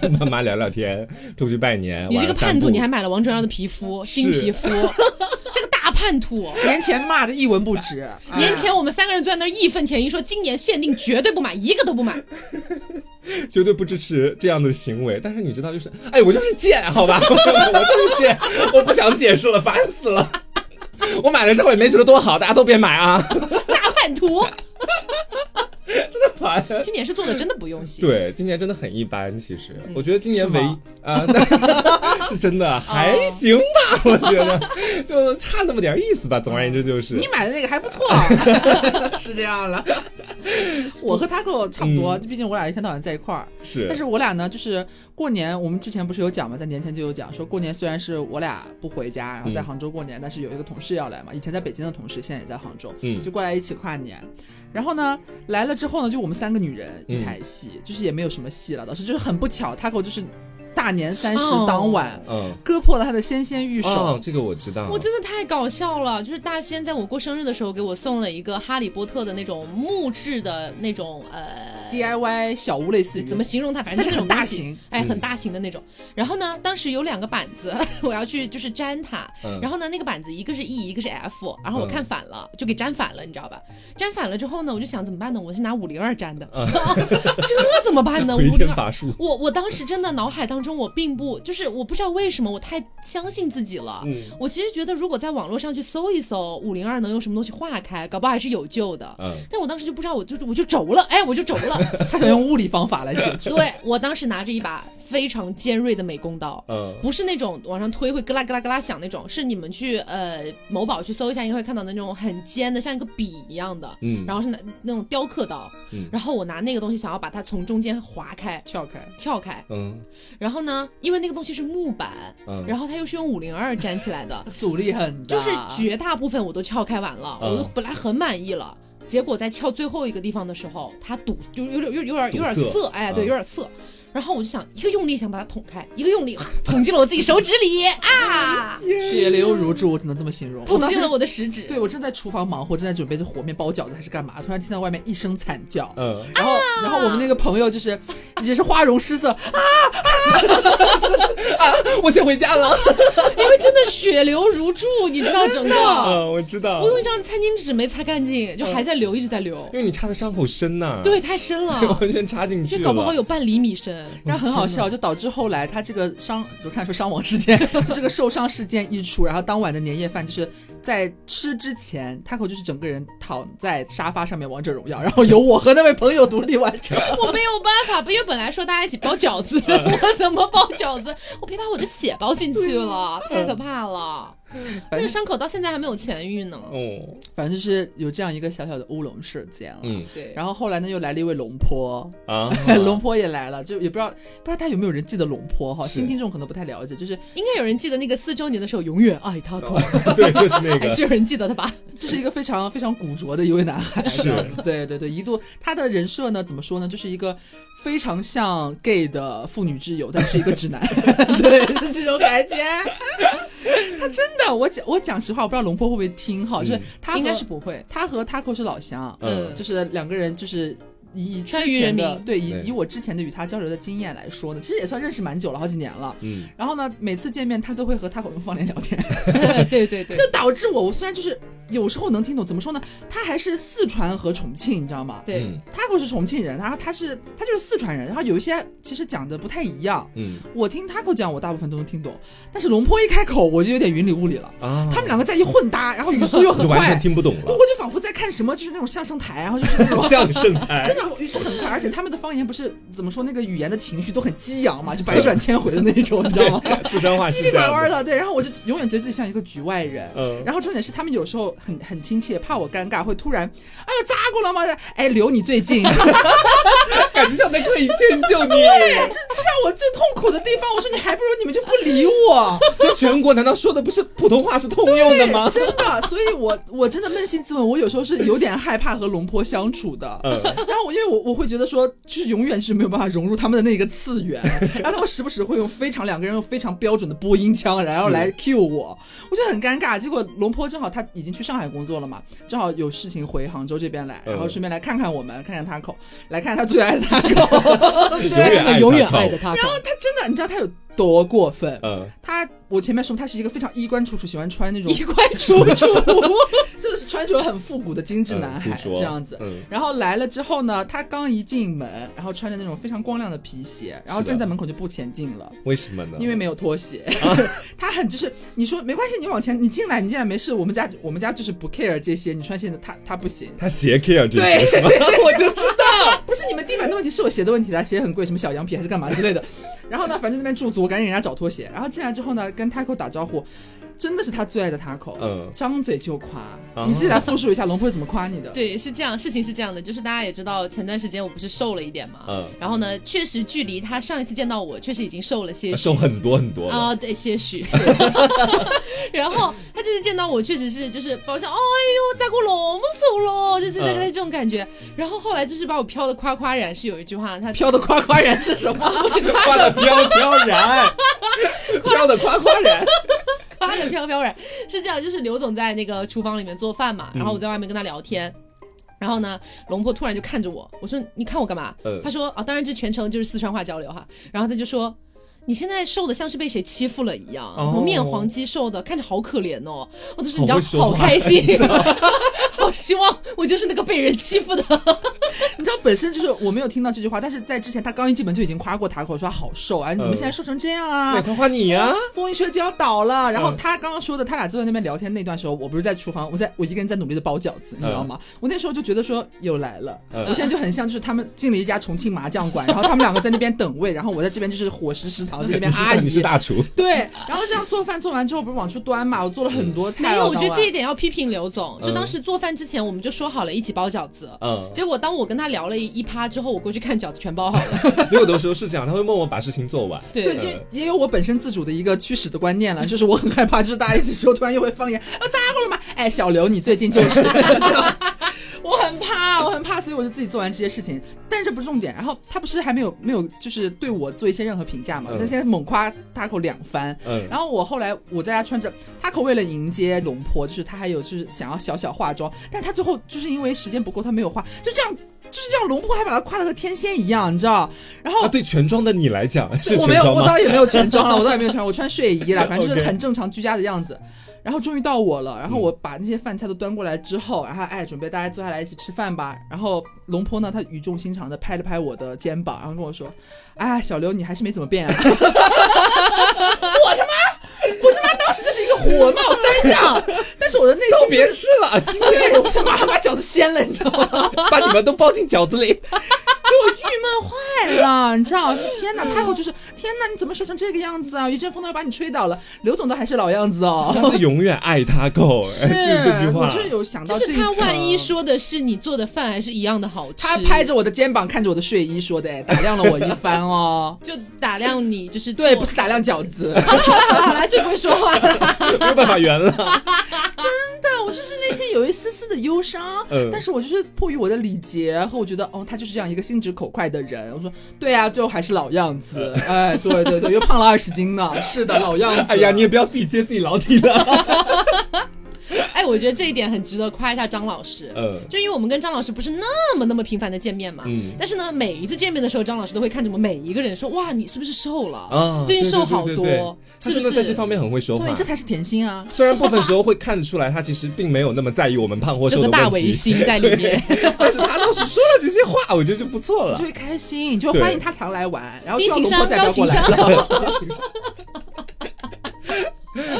S2: 跟爸妈聊聊天，出去拜年。
S1: 你这个
S2: 晚上散
S1: 叛徒，
S2: 步
S1: 你还买了王者荣耀的皮肤，
S2: 是哎
S1: 新皮肤，这个大叛徒。
S3: 年前骂的一文不 值，哎
S1: 年前我们三个人坐在那儿义愤填膺，说今年限定绝对不买，一个都不买。
S2: 绝对不支持这样的行为，但是你知道，就是哎，我就是贱，好吧， 我就是贱，我不想解释了，烦死了。我买了之后也没觉得多好，大家都别 买啊，
S1: 大叛 徒，
S2: 烦。
S1: 今年是做的真的不用心。
S2: 对，啊今年真的很一般，其实、
S1: 嗯
S2: 我觉得今年
S3: 是
S2: 唯一
S3: 吗
S2: 啊， 那是真
S1: 哦
S2: 的还行吧，我觉得就差那么点意思吧。总而言之就是，
S3: 你买的那个还不错， 是这样了。我和 Taco 差不
S2: 嗯
S3: 多，毕竟我俩一天到晚在一块儿。
S2: 是，
S3: 但是我俩呢，就是过年，我们之前不是有讲嘛，在年前就有讲说，过年虽然是我俩不回家，然后在
S2: 嗯
S3: 杭州过年，但是有一个同事要来嘛，以前在北京的同事，现在也在杭州，
S2: 嗯
S3: 就过来一起跨年。然后呢，来了之后呢，就我们三个女人一台戏，就是也没有什么戏了，倒是就是很不巧，Taco 就是大年三十
S1: 哦
S3: 当晚、
S2: 嗯，
S3: 割破了他的纤纤玉手，
S2: 哦，这个我知道，
S1: 我真的太搞笑了，就是大仙在我过生日的时候给我送了一个哈利波特的那种木质的那种呃
S3: DIY 小屋类似于
S1: 怎么形容它？反正
S3: 嗯但
S1: 就是是
S3: 很大型，
S1: 哎，
S2: 嗯
S1: 很大型的那种。然后呢，当时有两个板子， 我要去就是粘它。
S2: 嗯
S1: 然后呢，那个板子一个是 E，一个是 F，然后我
S2: 嗯
S1: 看反了，就给粘反了，你知道吧？粘反了之后呢，我就想怎么办呢？我是拿五零二粘的， 这怎么办 呢？五
S2: 回
S1: 零
S2: 天
S1: 二。
S2: 乏 术，
S1: 我我当时真的脑海当中，我并不就是我不知道为什么我太相信自己了。
S2: 嗯
S1: 我其实觉得，如果在网络上去搜一搜五零二能用什么东西化开，搞不好还是有救的。
S2: 嗯，
S1: 但我当时就不知道，我就我就轴了，哎，我就轴了，
S3: 他想用物理方法来解决。
S1: 对我当时拿着一把非常尖锐的美工刀，
S2: 嗯
S1: 不是那种往上推会咯啦咯啦咯啦响那种，是你们去呃某宝去搜一下，应该会看到的那种很尖的，像一个笔一样的，
S2: 嗯，
S1: 然后是那那种雕刻刀，
S2: 嗯
S1: 然后我拿那个东西想要把它从中间划开。
S3: 撬开，
S1: 撬开，
S2: 嗯
S1: 然后呢，因为那个东西是木板，
S2: 嗯，
S1: 然后它又是用五零二粘起来的，
S3: 阻力很大，
S1: 就是绝大部分我都撬开完了，
S2: 嗯
S1: 我都本来很满意了，结果在撬最后一个地方的时候，它堵，就有点有有点有点
S2: 堵塞
S1: 涩，哎，对，
S2: 嗯
S1: 有点涩。然后我就想一个用力想把它捅开，一个用力 捅进了我自己手指里啊，
S2: 嗯
S3: 血流如注，我只能这么形容。我
S1: 捅
S3: 当
S1: 进
S3: 时
S1: 了我的食指。
S3: 对我正在厨房忙活，正在准备这和面包饺子还是干嘛，突然听到外面一声惨叫，
S2: 嗯，
S3: 然后然后我们那个朋友就是也是花容失色，啊
S2: 我先回家了，
S1: 因为真的血流如注，你知道整个，
S2: 嗯，我知道
S1: 我，用一张餐巾纸没擦干净，就还在流，一直在流
S2: 嗯因，为你插的伤口深呐， ，
S3: 啊
S1: 对，，太深了
S2: 完全插进去
S1: 就
S2: 了，
S1: 搞不好有半厘米深。人，
S3: 然后很好笑，就导致后来他这个伤，我看说伤亡事件，就这个受伤事件一出，然后当晚的年夜饭就是在吃之前，Taco 就是整个人躺在沙发上面王者荣耀，然后由我和那位朋友独立完成。
S1: 我没有办法，因为本来说大家一起包饺子， 我怎么包饺子？我别把我的血包进去了，太可怕了。那
S3: 反
S1: 个
S3: 正
S1: 伤口到现在还没有痊愈呢。
S2: 哦，
S3: 反正就是有这样一个小小的乌龙事件了。
S2: 嗯
S1: 对，
S3: 然后后来呢，又来了一位龙坡，
S2: 啊，
S3: 龙坡也来了，就也不知道不知道大家有没有人记得龙坡哈，
S2: 是
S3: 新听众可能不太了解，就是
S1: 应该有人记得那个四周年的时候，永远爱他口，
S2: 对，就是那
S1: 还
S2: 个
S1: 是有人记得的吧？
S3: 这是一个非常非常古拙的一位男孩，
S2: 是
S3: 这样子 对对对，一度他的人设呢，怎么说呢，就是一个非常像 gay 的妇女之友，但是一个直 男，对，是这种感觉。他真的，我讲我讲实话，我不知道龙坡会不会听哈，就是
S2: 嗯
S3: 他和
S1: 应该是不会。
S3: 他和 Taco 是老乡，
S2: 嗯
S3: 就是两个人就是。以以之
S1: 川渝
S3: 前
S1: 人
S3: 的
S1: 民
S3: 对以
S2: 对
S3: 以我之前的与他交流的经验来说呢，其实也算认识蛮久了，好几年了。
S2: 嗯，
S3: 然后呢，每次见面他都会和 Taco 用方言聊天，
S1: 对 对对对，
S3: 就导致我，我虽然就是有时候能听懂，怎么说呢？他还是四川和重庆，你知道吗？
S2: 嗯
S1: 对，
S3: 他可是重庆人，然后他是他就是四川人，然后有一些其实讲的不太一样。
S2: 嗯
S3: 我听 Taco 讲，我大部分都能听懂，但是龙坡一开口，我就有点云里雾里了。
S2: 嗯啊，
S3: 他们两个在一混搭，然后语速又很
S2: 就完全
S3: 快，
S2: 听不懂
S3: 我
S2: 了，
S3: 就仿佛在看什么，就是那种相声台，然后就是那 种
S2: 相声台
S3: 真的语速很快，而且他们的方言不是怎么说，那个语言的情绪都很激昂嘛，就百转千回的那种，你 知道吗？
S2: 四川话
S3: 叽
S2: 啊是
S3: 里
S2: 这
S3: 拐弯
S2: 样的，
S3: 的，对。然后我就永远觉得自己像一个局外人。
S2: 嗯，
S3: 然后重点是他们有时候很很亲切，怕我尴尬，会突然，哎呀咋过了吗？哎，留你最近，这 是
S2: 感哎觉像在刻意迁就你。
S3: 让我最痛苦的地方。我说你还不如你们就不理我，
S2: 就全国难道说的不是普通话是通用的吗？
S3: 真的。所以我我真的扪心自问，我有时候是有点害怕和龙坡相处的。
S2: 嗯，
S3: 然后我因为我我会觉得说，就是永远是没有办法融入他们的那个次元，然后他们时不时会用非常两个人用非常标准的播音腔，然后
S2: 是
S3: 来 cue 我，我就很尴尬。结果龙坡正好他已经去上海工作了嘛，正好有事情回杭州这边来，
S2: 嗯
S3: 然后顺便来看看我们，看看他口，来看他最爱的 他口。
S2: 永远爱
S1: 永远
S2: 他
S1: 爱
S2: 靠
S1: 着他口。
S3: 他真的，你知道他有多过分？
S2: 嗯，
S3: 他我前面说他是一个非常衣冠楚楚，喜欢穿那种
S1: 一块出 出，
S3: 真的是穿着很复古的精致男孩
S2: 嗯
S3: 这样子。
S2: 嗯
S3: 然后来了之后呢，他刚一进门，然后穿着那种非常光亮的皮鞋，然
S2: 是的嗯
S3: 后
S2: 啊
S3: 站在门口就不前进了，
S2: 为什么呢？
S3: 因为没有拖鞋。 他很就是你说没关系，你往前，你进来，你进来没事，我们家我们家就是不 care 这些，你穿鞋的他他不行。
S2: 他鞋 care 这
S3: 对
S2: 些是吗？ 我就知道，
S3: 不是你们地板的问题，是我鞋的问题啦，鞋很贵，什么小羊皮还是干嘛之类的。然后呢，反正那边驻足，赶紧给人家找拖鞋。然后进来之后呢，跟 Taco 打招呼，真的是他最爱的 Taco，、
S2: 嗯啊
S3: 张嘴就夸。你自己来复述一下龙坡是怎么夸你 的。
S1: 对，是这样，事情是这样的，就是大家也知道，前段时间我不是瘦了一点嘛，
S2: 嗯，
S1: 然后呢，确实距离他上一次见到我，确实已经瘦了些许，
S2: 瘦很多很多了
S3: 哦
S1: 啊、对，些许。 然后他这次见到我，确实是就是把我想，哎呦，咋过那么瘦了，就是那个
S2: 嗯
S1: 这种感觉。然后后来就是把我飘的夸夸然，是有一句话，他
S3: 飘的夸夸然是 什么？
S1: 我是夸
S2: 夸的
S1: 的
S2: 飘飘然，飘的夸夸 然，
S1: 夸的飘飘然，是这样，就是刘总在那个厨房里面做饭嘛，然后我在外面跟他聊天。然后呢，龙婆突然就看着我，我说：“你看我干嘛？”
S2: 嗯
S1: 他说：“啊，当然这全程就是四川话交流哈。”然后他就说：“你现在瘦的像是被谁欺负了一样，
S2: 哦
S1: 怎么面黄肌瘦的，看着好可怜哦。”我就是你
S2: 好会
S1: 知道，
S2: 说
S1: 好
S2: 话
S1: 开 心， 好希望我就是那个被人欺负的。
S3: 你知道本身就是我没有听到这句话，但是在之前他刚一进门就已经夸过塔口说他好瘦啊，你
S2: 嗯
S3: 怎么现在瘦成这样啊
S2: 对，？夸夸你呀，
S3: 风一吹就要倒了。然后
S2: 嗯
S3: 他刚刚说的，他俩坐在那边聊天那段时候，我不是在厨房，我在我一个人在努力的包饺子，你知道吗？我那时候就觉得说又来了，
S2: 嗯
S3: 我现在就很像就是他们进了一家重庆麻将 馆，然后他们两个在那边等位，然后我在这边就是伙食食堂在 那
S2: 你
S3: 边
S2: 是
S3: 阿
S2: 大你
S3: 姨
S2: 是。大 厨，
S3: 对，然后这样做饭做完之后，不是往出端嘛？我做了很多菜
S1: 没
S3: 哦。
S1: 有，我觉得
S3: 当晚
S1: 这一点要批评刘总。就
S2: 嗯
S1: 当时做饭之前，我们就说好了一起包饺子。
S2: 嗯，
S1: 结果当我跟他聊了一一趴之后，我过去看饺子全包好了。
S2: 有的时候是这样，他会默默把事情做完，
S1: 对
S3: 对，
S2: 嗯
S3: 就也有我本身自主的一个驱使的观念了，就是我很害怕，就是大家一起说，突然又会方言，啊，咋过了嘛？哎，小刘，你最近就是， 就我很怕，我很怕，所以我就自己做完这些事情，但是这不是重点。然后他不是还没有没有，就是对我做一些任何评价嘛？
S2: 嗯
S3: 他现在猛夸 Taco 两番。
S2: 嗯，
S3: 然后我后来我在家穿着 Taco 为了迎接龙婆，就是他还有就是想要小小化妆，但他最后就是因为时间不够，他没有化，就这样就是这样，龙婆还把他夸得和天仙一样，你知道？然后
S2: 那啊对全妆的你来讲是
S3: 我
S2: 全
S3: 没有，
S2: 妆
S3: 我
S2: 吗？
S3: 倒也没有全妆了，我倒也没有全，我穿睡衣了，反正就是
S2: OK 嗯
S3: 很正常居家的样子。然后终于到我了，然后我把那些饭菜都端过来之后，然后哎，准备大家坐下来一起吃饭吧。然后龙坡呢，他语重心长的拍了拍我的肩膀，然后跟我说：“哎，小刘，你还是没怎么变啊。” 我他妈，我他妈当时就是一个火冒三丈，但是我的内
S2: 都
S3: 心
S2: 别吃 了，今
S3: 对，我想马上把饺子掀了，你知道吗？
S2: 天把你们都包进饺子里。
S3: 给 我郁闷坏了，你知道？是天哪，太后就是天哪，你怎么瘦成这个样子啊？一阵风都要把你吹倒了。刘总倒还是老样子哦。
S2: 他是永远爱他够，记住这句
S3: 我
S2: 话。
S3: 就是有想到
S1: 就
S3: 这
S1: 是
S3: 一
S1: 他
S3: 层
S1: 万一说的是你做的饭还是一样的好吃，。
S3: 他拍着我的肩膀，看着我的睡衣说的，哎，打量了我一番哦
S1: 就打量你，就是
S3: 对，
S1: 做
S3: 不是打量饺子，
S1: 好了好了，最不会说话 了。
S2: 没有办法圆了。
S3: 但我就是内心有一丝丝的忧伤。
S2: 嗯
S3: 但是我就是迫于我的礼节和我觉得，哦，他就是这样一个心直口快的人。我说，对啊，最后还是老样子。哎，对对对，又胖了二十斤呢。是的，老样子。
S2: 哎呀，你也不要自己揭自己老底 了。
S1: 哎，我觉得这一点很值得夸一下张老师。
S2: 嗯
S1: 就因为我们跟张老师不是那么那么频繁的见面嘛，
S2: 嗯
S1: 但是呢，每一次见面的时候，张老师都会看着我们每一个人说：“哇，你是不是瘦了？
S2: 啊，
S1: 最近瘦好
S2: 对
S1: 多，
S2: 对对对
S1: 是
S2: 他
S1: 不
S2: 真的在这
S1: 是？”
S2: 方面很会说话
S3: 对，。这才是甜心啊。
S2: 虽然部分时候会看得出来，他其实并没有那么在 意我们胖或
S1: 这
S2: 瘦
S1: 个
S2: 的
S1: 大
S2: 问
S1: 围
S2: 题，
S1: 心在里面。
S2: 但是他倒是说了这些话，我觉得就不错
S3: 你
S2: 了
S3: 就。会开心，你就
S2: 对
S3: 会欢迎他常来玩，然后
S1: 低
S3: 希望
S1: 情商
S3: 龙坡再不
S1: 高
S3: 要
S1: 情
S3: 过来
S1: 商
S3: 了。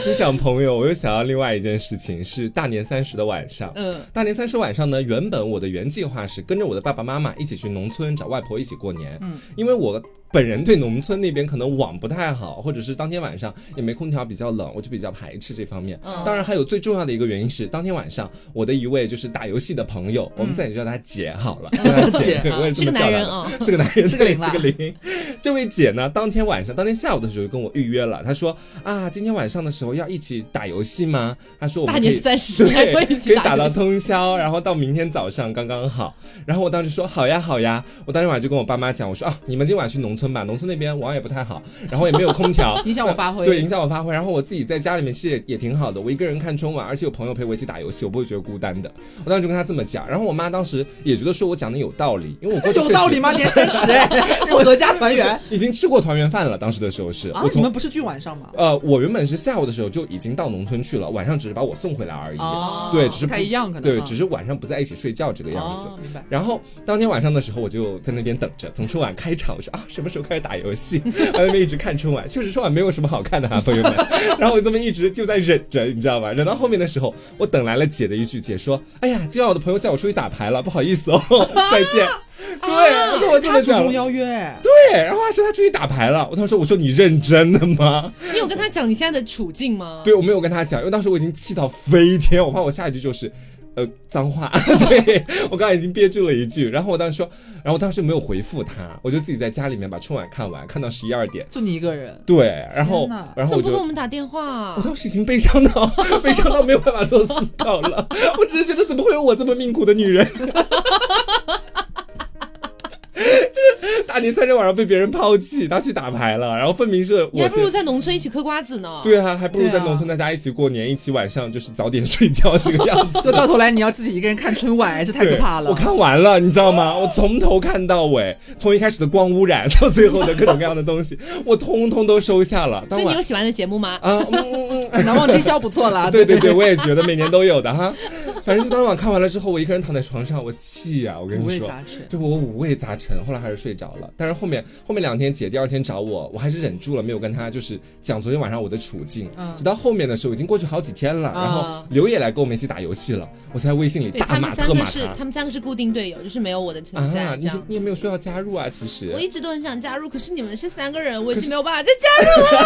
S2: 你讲朋友，我又想到另外一件事情，是大年三十的晚上。
S1: 嗯，
S2: 大年三十晚上呢，原本我的原计划是跟着我的爸爸妈妈一起去农村找外婆一起过年，嗯，因为我本人对农村那边可能网不太好，或者是当天晚上也没空调，比较冷，我就比较排斥这方面。当然还有最重要的一个原因是，当天晚上我的一位就是打游戏的朋友，我们暂且叫他姐好了，叫他姐，
S3: 姐
S2: 对
S1: 啊
S2: 我也这
S1: 是个
S2: 么
S1: 男
S2: 叫她
S1: 人
S2: 的
S1: 啊
S2: 是个男人，
S3: 是个
S2: 对
S3: 零啦，
S2: 是个零。这位姐呢，当天晚上，当天下午的时候就跟我预约了，她说啊，今天晚上的时候要一起打游戏吗？她说我们
S1: 大
S2: 可以
S1: 年三十还会一
S2: 对，可
S1: 起
S2: 以打
S1: 游
S2: 到
S1: 戏
S2: 通宵，然后到明天早上刚刚好。然后我当时说好呀好呀，我当时晚上就跟我爸妈讲，我说啊，你们今晚去农村吧，农村那边网也不太好，然后也没有空 调
S3: 影响我发挥
S2: 对，影响我发挥。然后我自己在家里面其实也也挺好的，我一个人看春晚，而且有朋友陪我一起打游戏，我不会觉得孤单的。我当时就跟他这么讲，然后我妈当时也觉得说我讲的有道理，因为我过去
S3: 有道理吗？年 三十，哎，合家团
S2: 确实？
S3: 圆
S2: 就是已经吃过团圆饭了，当时的时候是，
S3: 啊
S2: 我！
S3: 你
S2: 从
S3: 们不是聚晚上吗？
S2: 呃，我原本是下午的时候就已经到农村去了，晚上只是把我送回来而已。
S3: 哦
S2: 对只是
S3: 不太一样，可能
S2: 对，
S3: 啊
S2: 只是晚上不在一起睡觉这个样子。
S3: 哦明白。
S2: 然后当天晚上的时候，我就在那边等着，从春晚开场，我说啊，什么时候开始打游戏？然后那边一直看春晚，确实春晚没有什么好看的啊，朋友们。然后我这么一直就在忍着，你知道吧？忍到后面的时候，我等来了姐的一句，姐说：“哎呀，今晚我的朋友叫我出去打牌了，不好意思哦， 再见。对，我说我
S3: 啊是
S2: 这
S3: 他
S2: 么
S3: 主
S2: 讲
S3: 动
S2: 了。
S3: 邀约，
S2: 对，然后他说他出去打牌了，我当时我说你认真的吗？
S1: 你有跟他讲你现在的处境吗？
S2: 对我啊没有跟他讲，因为当时我已经气到飞天，我怕我下一句就是。呃，脏话， 对我刚才已经憋住了一句，然后我当时说，然后我当时没有回复他，我就自己在家里面把春晚看完，看到十一二点，
S3: 就你一个人，
S2: 对，然后
S3: 天哪
S2: 然后
S1: 怎么不
S2: 我
S1: 给我
S2: 就，
S1: 们打电话啊
S2: 我？当时已经悲伤到悲伤到没有办法做思考了，我只是觉得怎么会有我这么命苦的女人， 就是大年三十晚上被别人抛弃，她去打牌了，然后分明是
S1: 你
S2: 我
S1: 还不
S2: 先
S1: 如在农村一起嗑瓜子呢。
S2: 对啊，还不如
S3: 对啊
S2: 在农村大家一起过年，一起晚上就是早点睡觉这个样子。
S3: 就到头来你要自己一个人看春晚，哎这 太
S2: 对
S3: 可怕了。
S2: 我看完了，你知道吗？我从头看到尾，从一开始的光污染到最后的各种各样的东西，我通通都收下了。
S1: 所
S2: 当
S1: 以你
S2: 晚
S1: 有喜欢的节目吗？
S2: 啊，嗯嗯嗯，
S3: 难忘今宵不错啦，
S2: 对
S3: 啊对
S2: 对对，我也觉得每年都有的哈。反正就当晚看完了之后，我一个人躺在床上，我气呀、我跟
S3: 五
S2: 你
S3: 味
S2: 说。
S3: 杂陈。
S2: 对我五味杂陈，后来还是睡着了。但是后面后面两天姐第二天找我，我还是忍住了，没有跟她就是讲昨天晚上我的处境。
S3: 嗯
S2: 直到后面的时候，已经过去好几天了，然后
S3: 啊
S2: 刘也来跟我们一起打游戏了，我才在微信里
S1: 嗯对
S2: 大
S1: 他们
S2: 骂
S1: 三
S2: 特
S1: 个
S2: 骂
S1: 是他们三个是固定队友，就是没有我的存在、
S2: 啊，
S1: 这
S2: 你
S1: 样。
S2: 你也没有说要加入啊，其实
S1: 我一直都很想加入，可是你们是三个人，我已经没有办法再加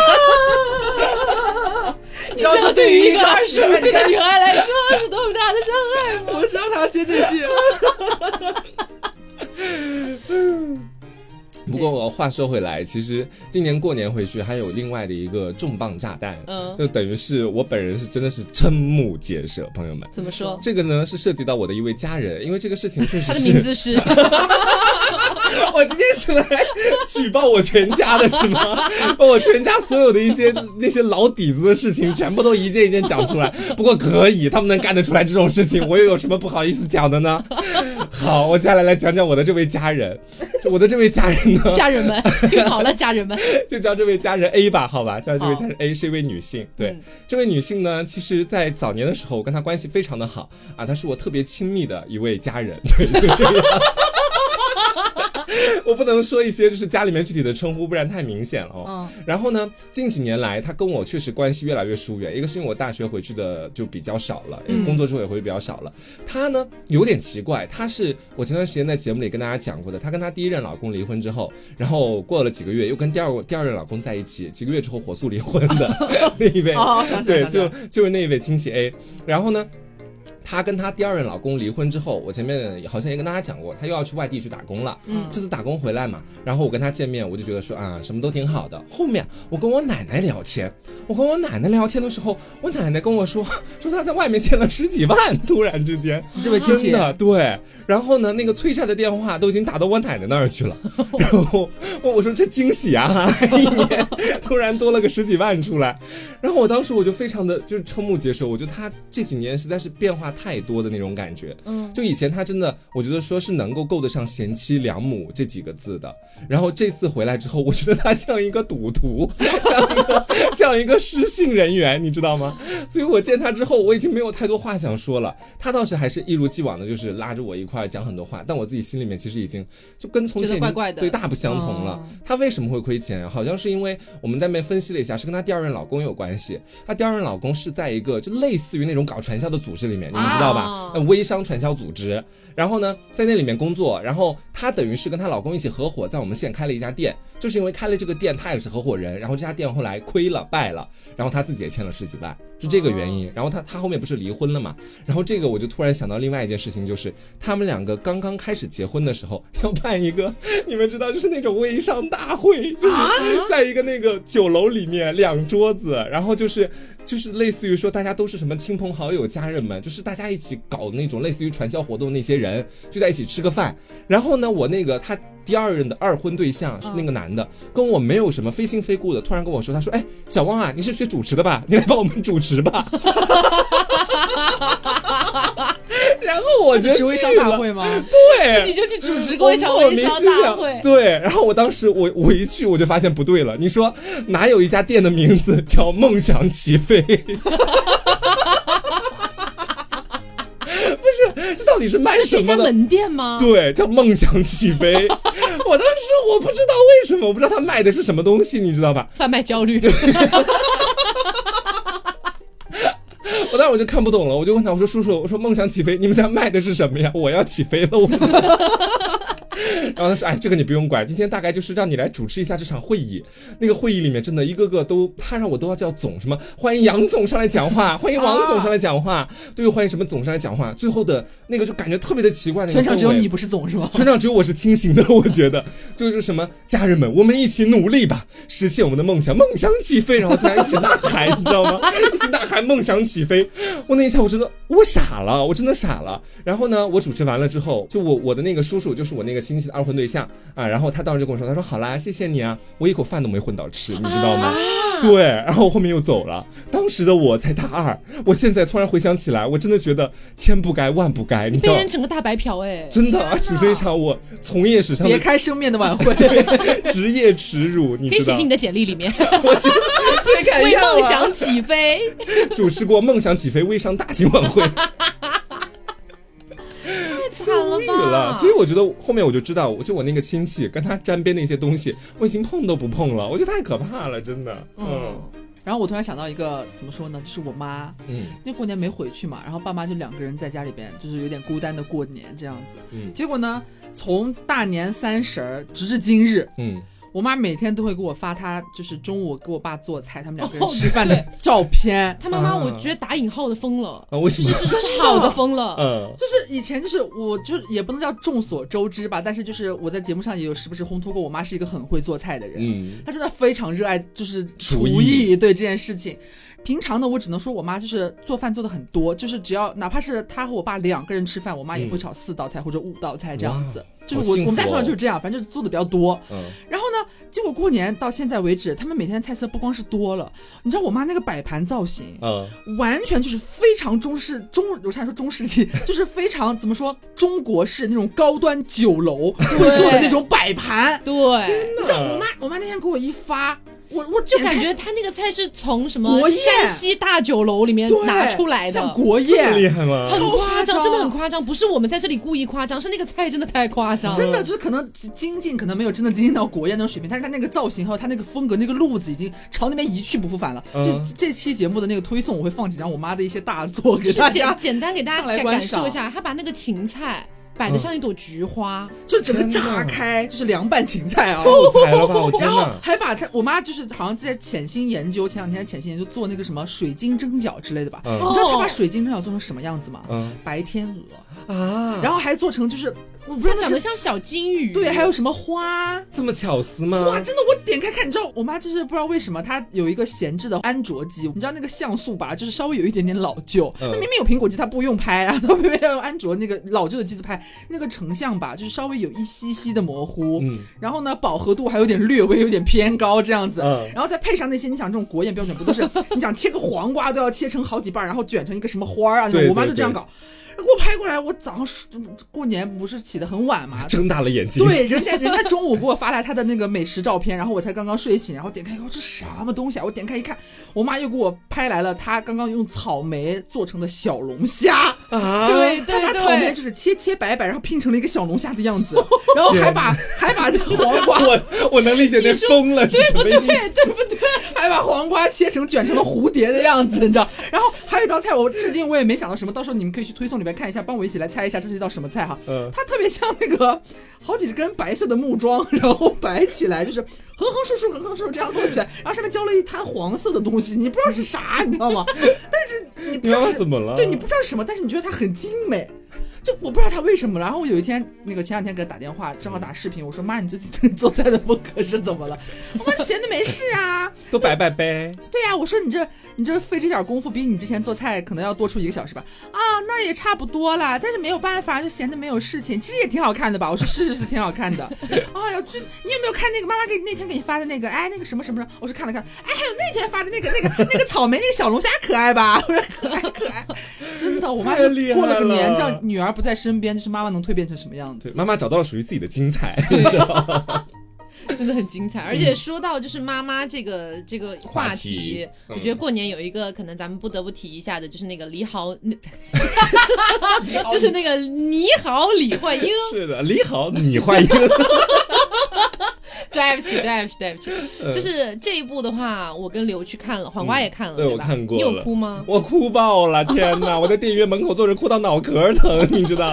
S1: 入了。
S3: 你知道这对于一个二十五岁的
S1: 女孩来说是多么大的伤害吗？
S3: 我知道他要接这句，
S2: 不过我话说回来，其实今年过年回去还有另外的一个重磅炸弹，
S1: 嗯
S2: 就等于是我本人是真的是瞠目结舌，朋友们。
S1: 怎么说？
S2: 这个呢是涉及到我的一位家人，因为这个事情确实是
S1: 他的名字是
S2: 我今天是来举报我全家的是吗？ 把我全家所有的一些那些老底子的事情，全部都一件一件讲出来。不过可以，他们能干得出来这种事情，我又有什么不好意思讲的呢？好，我接下来来讲讲我的这位家人。我的这位家人呢，
S1: 家人们，听好了，家人们，
S2: 就叫这位家人 A 吧，好吧，叫这
S1: 好
S2: 位家人 A 是一位女性。对，
S1: 嗯
S2: 这位女性呢，其实，在早年的时候，我跟她关系非常的好啊，她是我特别亲密的一位家人，对，就这个样子。我不能说一些就是家里面具体的称呼，不然太明显了哦。然后呢，近几年来，她跟我确实关系越来越疏远，一个是因为我大学回去的就比较少了，
S1: 嗯
S2: 工作之后也会比较少了。她呢有点奇怪，她是我前段时间在节目里跟大家讲过的，她跟她第一任老公离婚之后，然后过了几个月又跟第二第二任老公在一起，几个月之后火速离婚的那一位，
S3: 哦，想起来
S2: 对，
S3: 想起来
S2: 就就是那位亲戚 A，然后呢？她跟她第二任老公离婚之后，我前面好像也跟大家讲过，她又要去外地去打工了。
S3: 嗯
S2: 这次打工回来嘛，然后我跟她见面，我就觉得说啊，什么都挺好的。后面我跟我奶奶聊天，我跟我奶奶聊天的时候，我奶奶跟我说，说她在外面欠了十几万，突然之间，
S3: 这位亲戚
S2: 真的对。然后呢，那个催债的电话都已经打到我奶奶那儿去 了。然后我我说这惊喜啊， 一年突然多了个十几万出来。然后我当时我就非常的就是瞠目结舌，我觉得他这几年实在是变化太多的那种感觉。
S1: 嗯，
S2: 就以前他真的，我觉得说是能够够得上贤妻良母这几个字的。然后这次回来之后，我觉得他像一个赌徒，像一个 像一个失信人员，你知道吗？所以我见他之后，我已经没有太多话想说了。他倒是还是一如既往的，就是拉着我一块儿讲很多话，但我自己心里面其实已经就跟从前
S1: 觉得怪怪的嗯
S2: 对大不相同了。他为什么会亏钱？好像是因为我们在面分析了一下，是跟她第二任老公有关系。她第二任老公是在一个就类似于那种搞传销的组织里面，你们知道吧
S1: 啊？
S2: 呃微商传销组织。然后呢，在那里面工作，然后她等于是跟她老公一起合伙，在我们县开了一家店，就是因为开了这个店，她也是合伙人，然后这家店后来亏了败了，然后她自己也欠了十几万，是这个原因。然后她她后面不是离婚了嘛？然后这个我就突然想到另外一件事情，就是他们两个刚刚开始结婚的时候要办一个，你们知道，就是那种微商大会，就是
S3: 啊
S2: 在一个那个酒楼里面两桌子，然后就是就是类似于说大家都是什么亲朋好友、家人们，就是大家一起搞那种类似于传销活动那些人就在一起吃个饭。然后呢，我那个他。第二任的二婚对象是那
S3: 嗯
S2: 个男的，跟我没有什么非亲非故的，突然跟我说，他说：“哎，小汪啊，你是学主持的吧？你来帮我们主持 吧。”然后我觉得
S3: 是微商
S2: 去
S3: 大
S2: 了
S3: 会吗？
S2: 对，
S1: 你就去主持
S2: 我
S1: 过
S2: 啊
S1: 一场微商大会，
S2: 对，然后我当时我我一去我就发现不对了。你说哪有一家店的名字叫梦想起飞？ 不是，这到底是卖
S1: 那是
S2: 什
S1: 一
S2: 么
S1: 家
S2: 的？
S1: 门店吗？
S2: 对，叫梦想起飞。 我当时我不知道为什么，我不知道他卖的是什么东西，你知道吧？
S1: 贩卖焦虑，
S2: 我当时我就看不懂了，我就问他，我说叔叔，我说梦想起飞，你们家卖的是什么呀？我要起飞了，我。 然后他说：“哎，这个你不用管，今天大概就是让你来主持一下这场会议。那个会议里面真的一个个都，他让我都要叫总什么，欢迎杨总上来讲话，欢迎王总上来讲话，对，欢迎什么总上来讲话。最后的那个就感觉特别的奇怪，那个
S3: 全场只有
S2: 氛围
S3: 你不是总是吗？
S2: 村长只有我是清醒的，我觉得就是什么家人们，我们一起努力吧，实现我们的梦想，梦想起飞，然后大家一起呐喊，你知道吗？一起呐喊，梦想起飞。我那一下我真的我傻了，我真的傻了。然后呢，我主持完了之后，就我我的那个叔叔，就是我那个亲戚的二婚对象啊，然后他当时就跟我说，他说好啦，谢谢你啊，我一口饭都没混到吃，你知道吗？对，然后后面又走了。当时的我才大二，我现在突然回想起来，我真的觉得千不该万不该，你知
S1: 被
S2: 道
S1: 人整个大白嫖哎，
S2: 真的，啊，属于一场我从业史上
S3: 别
S2: 的
S3: 开生面的 晚会，
S2: 职业耻辱，你
S1: 可以
S2: 知
S1: 写
S2: 道
S1: 进？你的简历里面，
S2: 我觉得谁敢
S1: 为
S2: 要
S1: 梦
S2: 啊？
S1: 想起飞。
S2: 主持过《梦想起飞》微商大型晚会，
S1: 惨了
S2: 对了。
S1: 吧？
S2: 所以我觉得后面我就知道，我就我那个亲戚跟他沾边的一些东西，我已经碰都不碰了，我觉得太可怕了，真的。嗯
S3: 嗯。然后我突然想到一个，怎么说呢？就是我妈，
S2: 嗯
S3: 因为过年没回去嘛，然后爸妈就两个人在家里边，就是有点孤单的过年这样子。
S2: 嗯
S3: 结果呢，从大年三十儿直至今日，
S2: 嗯，
S3: 我妈每天都会给我发她就是中午给我爸做菜，他们两个人
S1: 哦
S3: 吃饭的照片。
S1: 他妈妈，
S2: 啊
S1: 我觉得打引号的疯了，
S2: 啊，为什
S1: 就
S2: 么
S1: 是？是是好的疯 了。
S2: 嗯
S3: 就是以前就是我就是也不能叫众所周知吧，但是就是我在节目上也有时不时烘托过，我妈是一个很会做菜的人。
S2: 嗯
S3: 她真的非常热爱就是
S2: 厨
S3: 厨
S2: 艺
S3: 艺对这件事情。平常呢，我只能说我妈就是做饭做的很多，就是只要哪怕是她和我爸两个人吃饭，我妈也会炒四道菜或者五道菜这样子。就是
S2: 好
S3: 我
S2: 幸
S3: 我
S2: 福
S3: 们家从小
S2: 哦
S3: 就是这样，反正就是做的比较多。
S2: 嗯
S3: 然后呢，结果过年到现在为止，他们每天的菜色不光是多了，你知道我妈那个摆盘造型，
S2: 嗯，
S3: 完全就是非常中式中，我差点说中 世纪，就是非常怎么说中国式那种高端酒楼会做的那种摆盘。
S1: 对，
S3: 你知道我妈，我妈那天给我一发，我我
S1: 就
S3: 点开
S1: 感觉他那个菜是从什么
S3: 国宴
S1: 山西大酒楼里面
S3: 对
S1: 拿出来
S3: 像
S1: 的。嗯
S3: 国
S2: 这么厉
S3: 宴。
S2: 害吗？
S1: 很
S3: 超
S1: 夸
S3: 夸
S1: 张，
S3: 张
S1: 真的很夸张，不是我们在这里故意夸张，是那个菜真的太夸张了。
S3: 真的就是可能精进，可能没有真的精进到国宴那种水平，但是他那个造型还有他那个风格、那个路子已经朝那边一去不复返了。
S2: 嗯
S3: 就这期节目的那个推送，我会放几张我妈的一些大作给
S1: 就是
S3: 大
S1: 简
S3: 家，
S1: 简单给大家
S3: 上来
S1: 感
S3: 观
S1: 感受一
S3: 赏
S1: 下，他把那个芹菜摆
S2: 嗯
S1: 的像一朵菊花，
S3: 就整个
S2: 天哪
S3: 炸开，就是凉拌芹菜啊。
S1: 哦
S2: 够才了吧！我天
S3: 然后
S2: 哪，
S3: 还把他我妈就是好像在潜心研究，前两天潜心研究做那个什么水晶蒸饺之类的吧。
S2: 嗯
S3: 你知道她
S1: 哦
S3: 把水晶蒸饺做成什么样子吗？
S2: 嗯
S3: 白天鹅，
S2: 啊，
S3: 然后还做成就是我嗯不知道
S1: 像
S3: 那
S1: 长得
S3: 是
S1: 像小金鱼。
S3: 对，还有什么花。
S2: 这么巧思吗？
S3: 哇，真的，我点开看，你知道，我妈就是不知道为什么她有一个闲置的安卓机，你知道那个像素吧，就是稍微有一点点老旧。
S2: 嗯
S3: 那明明有苹果机，她不用拍啊，她偏偏要用安卓那个老旧的机子拍，那个成像吧，就是稍微有一丝丝的模糊。
S2: 嗯
S3: 然后呢，饱和度还有点略微有点偏高这样子，
S2: 嗯
S3: 然后再配上那些，你想这种国宴标准不都是你想切个黄瓜都要切成好几瓣儿，然后卷成一个什么花儿啊？
S2: 对
S3: 我妈
S2: 对
S3: 就这样
S2: 对，
S3: 搞，给我拍过来，我早上过年不是起得很晚嘛
S2: 睁大了眼睛，
S3: 对，人家人家中午给我发来她的那个美食照片，然后我才刚刚睡醒，然后点开以后这什么东西啊？我点开一看，我妈又给我拍来了她刚刚用草莓做成的小龙虾。
S2: 啊，
S1: 对
S3: 他把
S1: 对
S3: 草莓
S1: 对，
S3: 就是切切摆摆，然后拼成了一个小龙虾的样子，然后还把还把那黄瓜，
S2: 我我能理解那疯了是什么意
S1: 对
S2: 思？
S1: 对不对？
S3: 还把黄瓜切成卷成了蝴蝶的样子，你知道？然后还有一道菜，我至今我也没想到什么，到时候你们可以去推送里面看一下，帮我一起来猜一下这是一道什么菜哈。
S2: 嗯
S3: 它特别像那个好几根白色的木桩，然后摆起来就是横横竖竖横横竖竖这样摞起来，然后上面浇了一滩黄色的东西，你不知道是啥，你知道吗？但是你不
S2: 你妈
S3: 知道
S2: 妈
S3: 是
S2: 怎么了？
S3: 对你不知道是什么，但是你觉得它很精美。就我不知道它为什么了。然后我有一天，那个前两天给他打电话，正好打视频，我说妈，你最近 做菜的风格是怎么了？我妈闲的没事啊。
S2: 都摆摆呗，
S3: 对呀、我说你这你这费这点功夫，比你之前做菜可能要多出一个小时吧？啊，那也差不多啦。但是没有办法，就闲的没有事情，其实也挺好看的吧？我说是是是，挺 好看的。哎呀，就你有没有看那个妈妈给你那天给你发的那个？哎，那个什么什么什么？我说看了看，哎，还有那天发的那个那个那个草莓那个小龙虾可爱吧？ 我说可爱可爱，真的，我妈
S2: 太厉害
S3: 过了个年，
S2: 了
S3: 这样女儿不在身边，就是妈妈能蜕变成什么样
S2: 对，
S3: 子？
S2: 妈妈找到了属于自己的精彩，
S1: 真的很精彩。而且说到就是妈妈这个这个话
S2: 嗯话题嗯
S1: 我觉得过年有一个可能咱们不得不提一下的，就是那个李好， 就是那个你好李焕 英。
S2: 是的，你好，你换一个，
S1: 对不起，对不起，对不起。
S2: 嗯
S1: 就是这一部的话，我跟刘去看了，黄瓜也看了，
S2: 对我
S1: 吧？
S2: 看过
S1: 你有
S2: 了
S1: 哭吗？
S2: 我哭爆了，天哪！我在电影院门口坐着哭到脑壳疼，你知 道？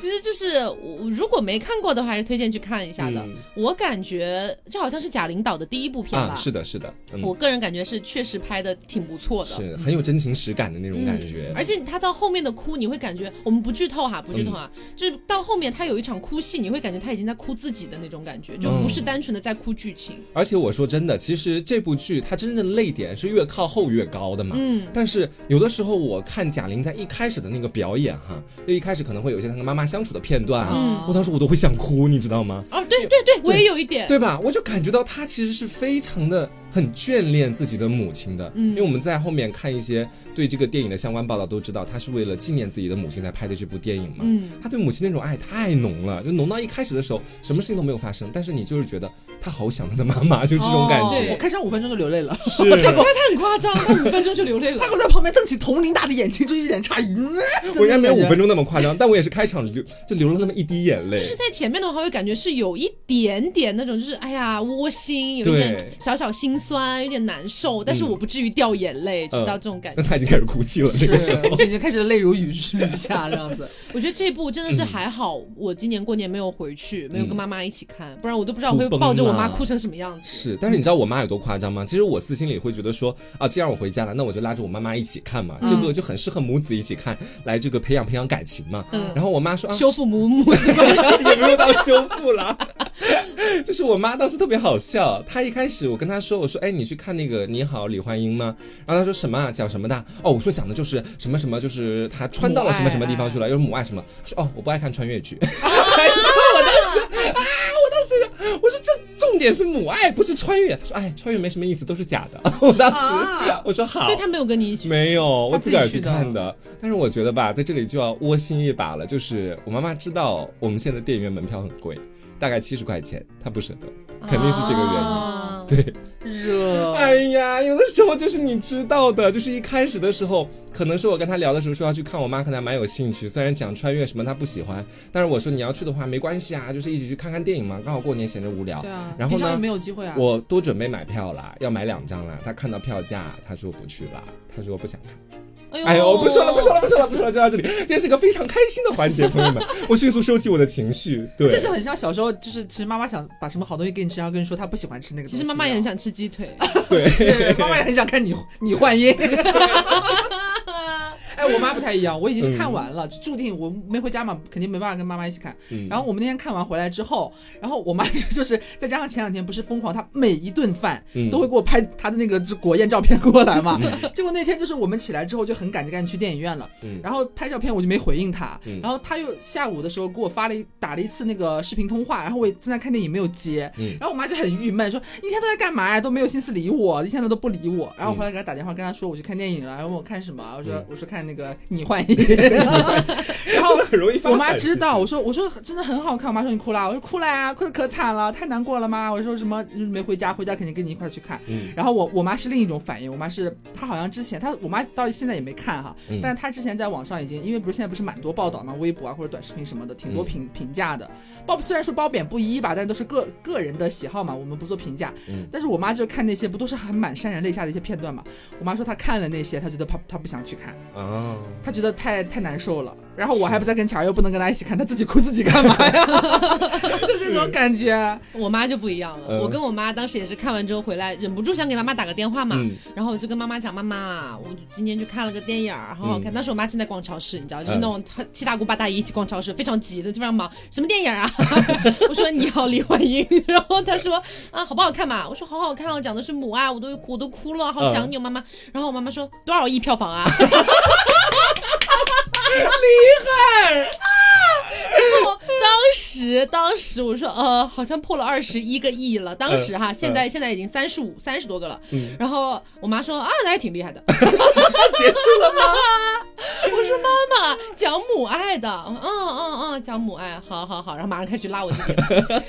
S1: 其实就是我如果没看过的话，还是推荐去看一下的。
S2: 嗯
S1: 我感觉这好像是贾玲导的第一部片吧。
S2: 啊，是的，是的，嗯，
S1: 我个人感觉是确实拍的挺不错的，
S2: 是很有真情实感的那种感觉，
S1: 而且他到后面的哭，你会感觉我们不剧透哈，不剧透啊，
S2: 嗯
S1: 就是到后面他有一场哭戏，你会感觉他已经在哭自己的那种感
S2: 嗯
S1: 觉，就不是单纯的在哭剧情。
S2: 而且我说真的，其实这部剧它真正的泪点是越靠后越高的嘛。
S1: 嗯
S2: 但是有的时候我看贾玲在一开始的那个表演哈，就一开始可能会有一些她跟妈妈相处的片段啊，
S1: 嗯
S2: 我当时我都会想哭，你知道吗？
S1: 哦，对对对，我也有一点，
S2: 对吧？我就感觉到她其实是非常的很眷恋自己的母亲的，
S1: 嗯
S2: 因为我们在后面看一些对这个电影的相关报道都知道，她是为了纪念自己的母亲才拍的这部电影嘛。
S1: 嗯
S2: 她对母亲那种爱太浓了，就浓到一开始的时候什么事情都没有发生，但是你就是觉得她好想她的妈妈，就这种感
S1: 哦对
S2: 觉。
S3: 我看上五分钟就流泪了，
S2: 是，
S1: 他他很夸张，他五分钟就流泪了
S3: 她。给我在旁边瞪起铜铃大的眼睛，就一脸诧异。嗯
S2: 我应该没有五分钟那么夸张，但我也是开场流就流了那么一滴眼泪。
S1: 就是在前面的话，会感觉是有一点点那种，就是哎呀窝心，有一点
S2: 对
S1: 小小心酸，有点难受，但是我不至于掉眼泪，知道这种感觉
S2: 那。他已经开始哭泣了，这个时候。
S3: 我就已经开始泪如雨雨下这样子。
S1: 我觉得这部真的是还好，我今年过年没有回去，没有跟妈妈一起看，不然我都不知道我会
S2: 哭崩
S1: 抱着我妈
S2: 了
S1: 哭成什么样子。
S2: 是，但是你知道我妈有多夸张吗？其实我私心里会觉得说啊，既然我回家了，那我就拉着我妈妈一起看嘛，这
S1: 嗯
S2: 个就很适合母子一起看，来这个培养培养感情嘛。
S1: 嗯
S2: 然后我妈说啊，
S1: 修复母母子关系，
S2: 也没有到修复啦。就是我妈当时特别好笑，她一开始我跟她说，我说哎，你去看那个《你好，李焕英》吗？然后她说什么啊，讲什么的？哦，我说讲的就是什么什么，就是她穿到了什么什么地方去了，又是母爱什么。她说哦，我不爱看穿越剧。哎你知道我当时啊，我当时这样，我说这重点是母爱，不是穿越。他说哎，穿越没什么意思，都是假的。我当时、
S3: 啊
S2: 我说好
S1: 所以，他没有跟你一起去。
S2: 没有，我
S3: 他
S2: 自
S3: 自
S2: 个儿
S3: 己
S2: 去
S3: 去的
S2: 看的。但是我觉得吧，在这里就要窝心一把了，就是我妈妈知道我们现在电影院门票很贵，大概七十块钱，她不舍得，肯定是这个原因。
S1: 啊
S2: 对，
S3: 热，
S2: 哎呀，有的时候就是你知道的，就是一开始的时候，可能是我跟他聊的时候说要去看，我妈可能还蛮有兴趣。虽然讲穿越什么她不喜欢，但是我说你要去的话没关系啊，就是一起去看看电影嘛，刚好过年闲着无聊。
S3: 对啊，
S2: 然后
S3: 平常
S2: 呢
S3: 也没有机会啊。
S2: 我多准备买票啦，要买两张啦。他看到票价，他说不去啦，他说不想看。哎呦，不说了，不说了，不说了，不说了，就到这里。这是个非常开心的环节，朋友们，我迅速收起我的情绪。对，
S3: 这就很像小时候，就是其实妈妈想把什么好东西给你吃，然后跟你说她不喜欢吃那个
S1: 其
S3: 东西。
S1: 实妈妈也很想吃鸡 腿，
S3: 是，妈妈也很想看你你换 音。哎，我妈不太一样，我已经是看完了，就注定我没回家嘛，肯定没办法跟妈妈一起看。
S2: 嗯
S3: 然后我们那天看完回来之后，然后我妈就是再加上前两天不是疯狂，她每一顿饭
S2: 嗯
S3: 都会给我拍她的那个就是国宴照片过来嘛。结果那天就是我们起来之后就很赶着赶紧去电影院了，
S2: 嗯
S3: 然后拍照片我就没回应她，
S2: 嗯
S3: 然后她又下午的时候给我发了一打了一次那个视频通话，然后我也正在看电影没有接，
S2: 嗯
S3: 然后我妈就很郁闷，说你一天都在干嘛呀？都没有心思理我，一天都都不理我。然后我回来给她打电话，跟她说我去看电影了，然后问我看什么啊，我说、
S2: 嗯
S3: 我说看那个你换衣， 然后
S2: 真的很容易发
S3: 我妈
S2: 展
S3: 知道，我，说我说真的很好看，我妈说你哭啊啦，我说哭啦呀，哭的可惨了，太难过了妈，我说什么没回家，回家肯定跟你一块儿去看。
S2: 其实
S3: 然后我我妈是另一种反应，我妈是她好像之前她我妈到现在也没看哈，
S2: 嗯
S3: 但是她之前在网上已经因为不是现在不是蛮多报道嘛，微博啊或者短视频什么的，挺多
S2: 嗯
S3: 评、评价的，褒虽然说褒贬不一吧，但都是个个人的喜好嘛，我们不做评价。
S2: 嗯
S3: 但是我妈就看那些不都是很蛮潸然泪下的一些片段嘛，我妈说她看了那些，她觉得她她不想去看，
S2: 嗯啊，
S3: 她觉得太太难受了。然后我还不在跟前儿，又不能跟她一起看，她自己哭自己干嘛 呀？就这种感觉。
S1: 我妈就不一样
S2: 嗯
S1: 了。我跟我妈当时也是看完之后回来，忍不住想给妈妈打个电话嘛，
S2: 嗯
S1: 然后我就跟妈妈讲，妈妈，我今天去看了个电影儿，好好看。
S2: 嗯
S1: 当时我妈正在逛超市，你知道，就是那种她七大姑八大姨一起逛超市，非常急的，非常忙。什么电影啊？ 我说你好，李焕英。然后她说啊，好不好看嘛？我说好好看哦，讲的是母爱，我都我都哭了，好
S2: 嗯
S1: 想你哦，妈妈。然后我妈妈说多少亿票房啊？厉害！然后当时，当时我说，呃，好像破了二十一个亿了。当时哈，
S2: 嗯
S1: 现在现在已经三十五、三十多个了。
S2: 嗯
S1: 然后我妈说啊，那还挺厉害的。
S2: 结束了吗？
S1: 我说妈妈讲母爱的，嗯嗯嗯，讲母爱，好好好，然后马上开始拉我这 边，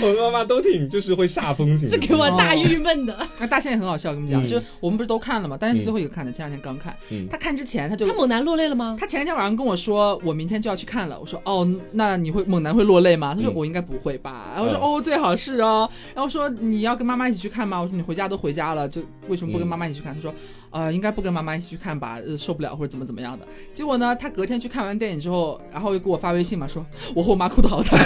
S2: 我跟妈妈都挺就是会煞风景
S1: 这
S2: 的，
S1: 给我大郁闷的。
S2: 哦
S3: 那大仙也很好笑，我跟你讲，
S2: 嗯
S3: 就我们不是都看了嘛，但是最后一个看的，前两天刚看
S2: 嗯。
S3: 他看之前他就
S1: 他猛男落泪了吗？
S3: 他前两天晚上跟我说，我明天就要去看了。我说哦，那你会猛男会落泪吗？他说
S2: 嗯
S3: 我应该不会吧。然后我说
S2: 嗯
S3: 哦，最好是哦。然后说你要跟妈妈一起去看吗？我说你回家都回家了，就为什么不跟
S2: 嗯
S3: 妈妈一起去看？他说呃，应该不跟妈妈一起去看吧，呃受不了或者怎么怎么样的。结果呢，他隔天去看完电影之后，然后又给我发微信嘛，说我和我妈哭的好 惨。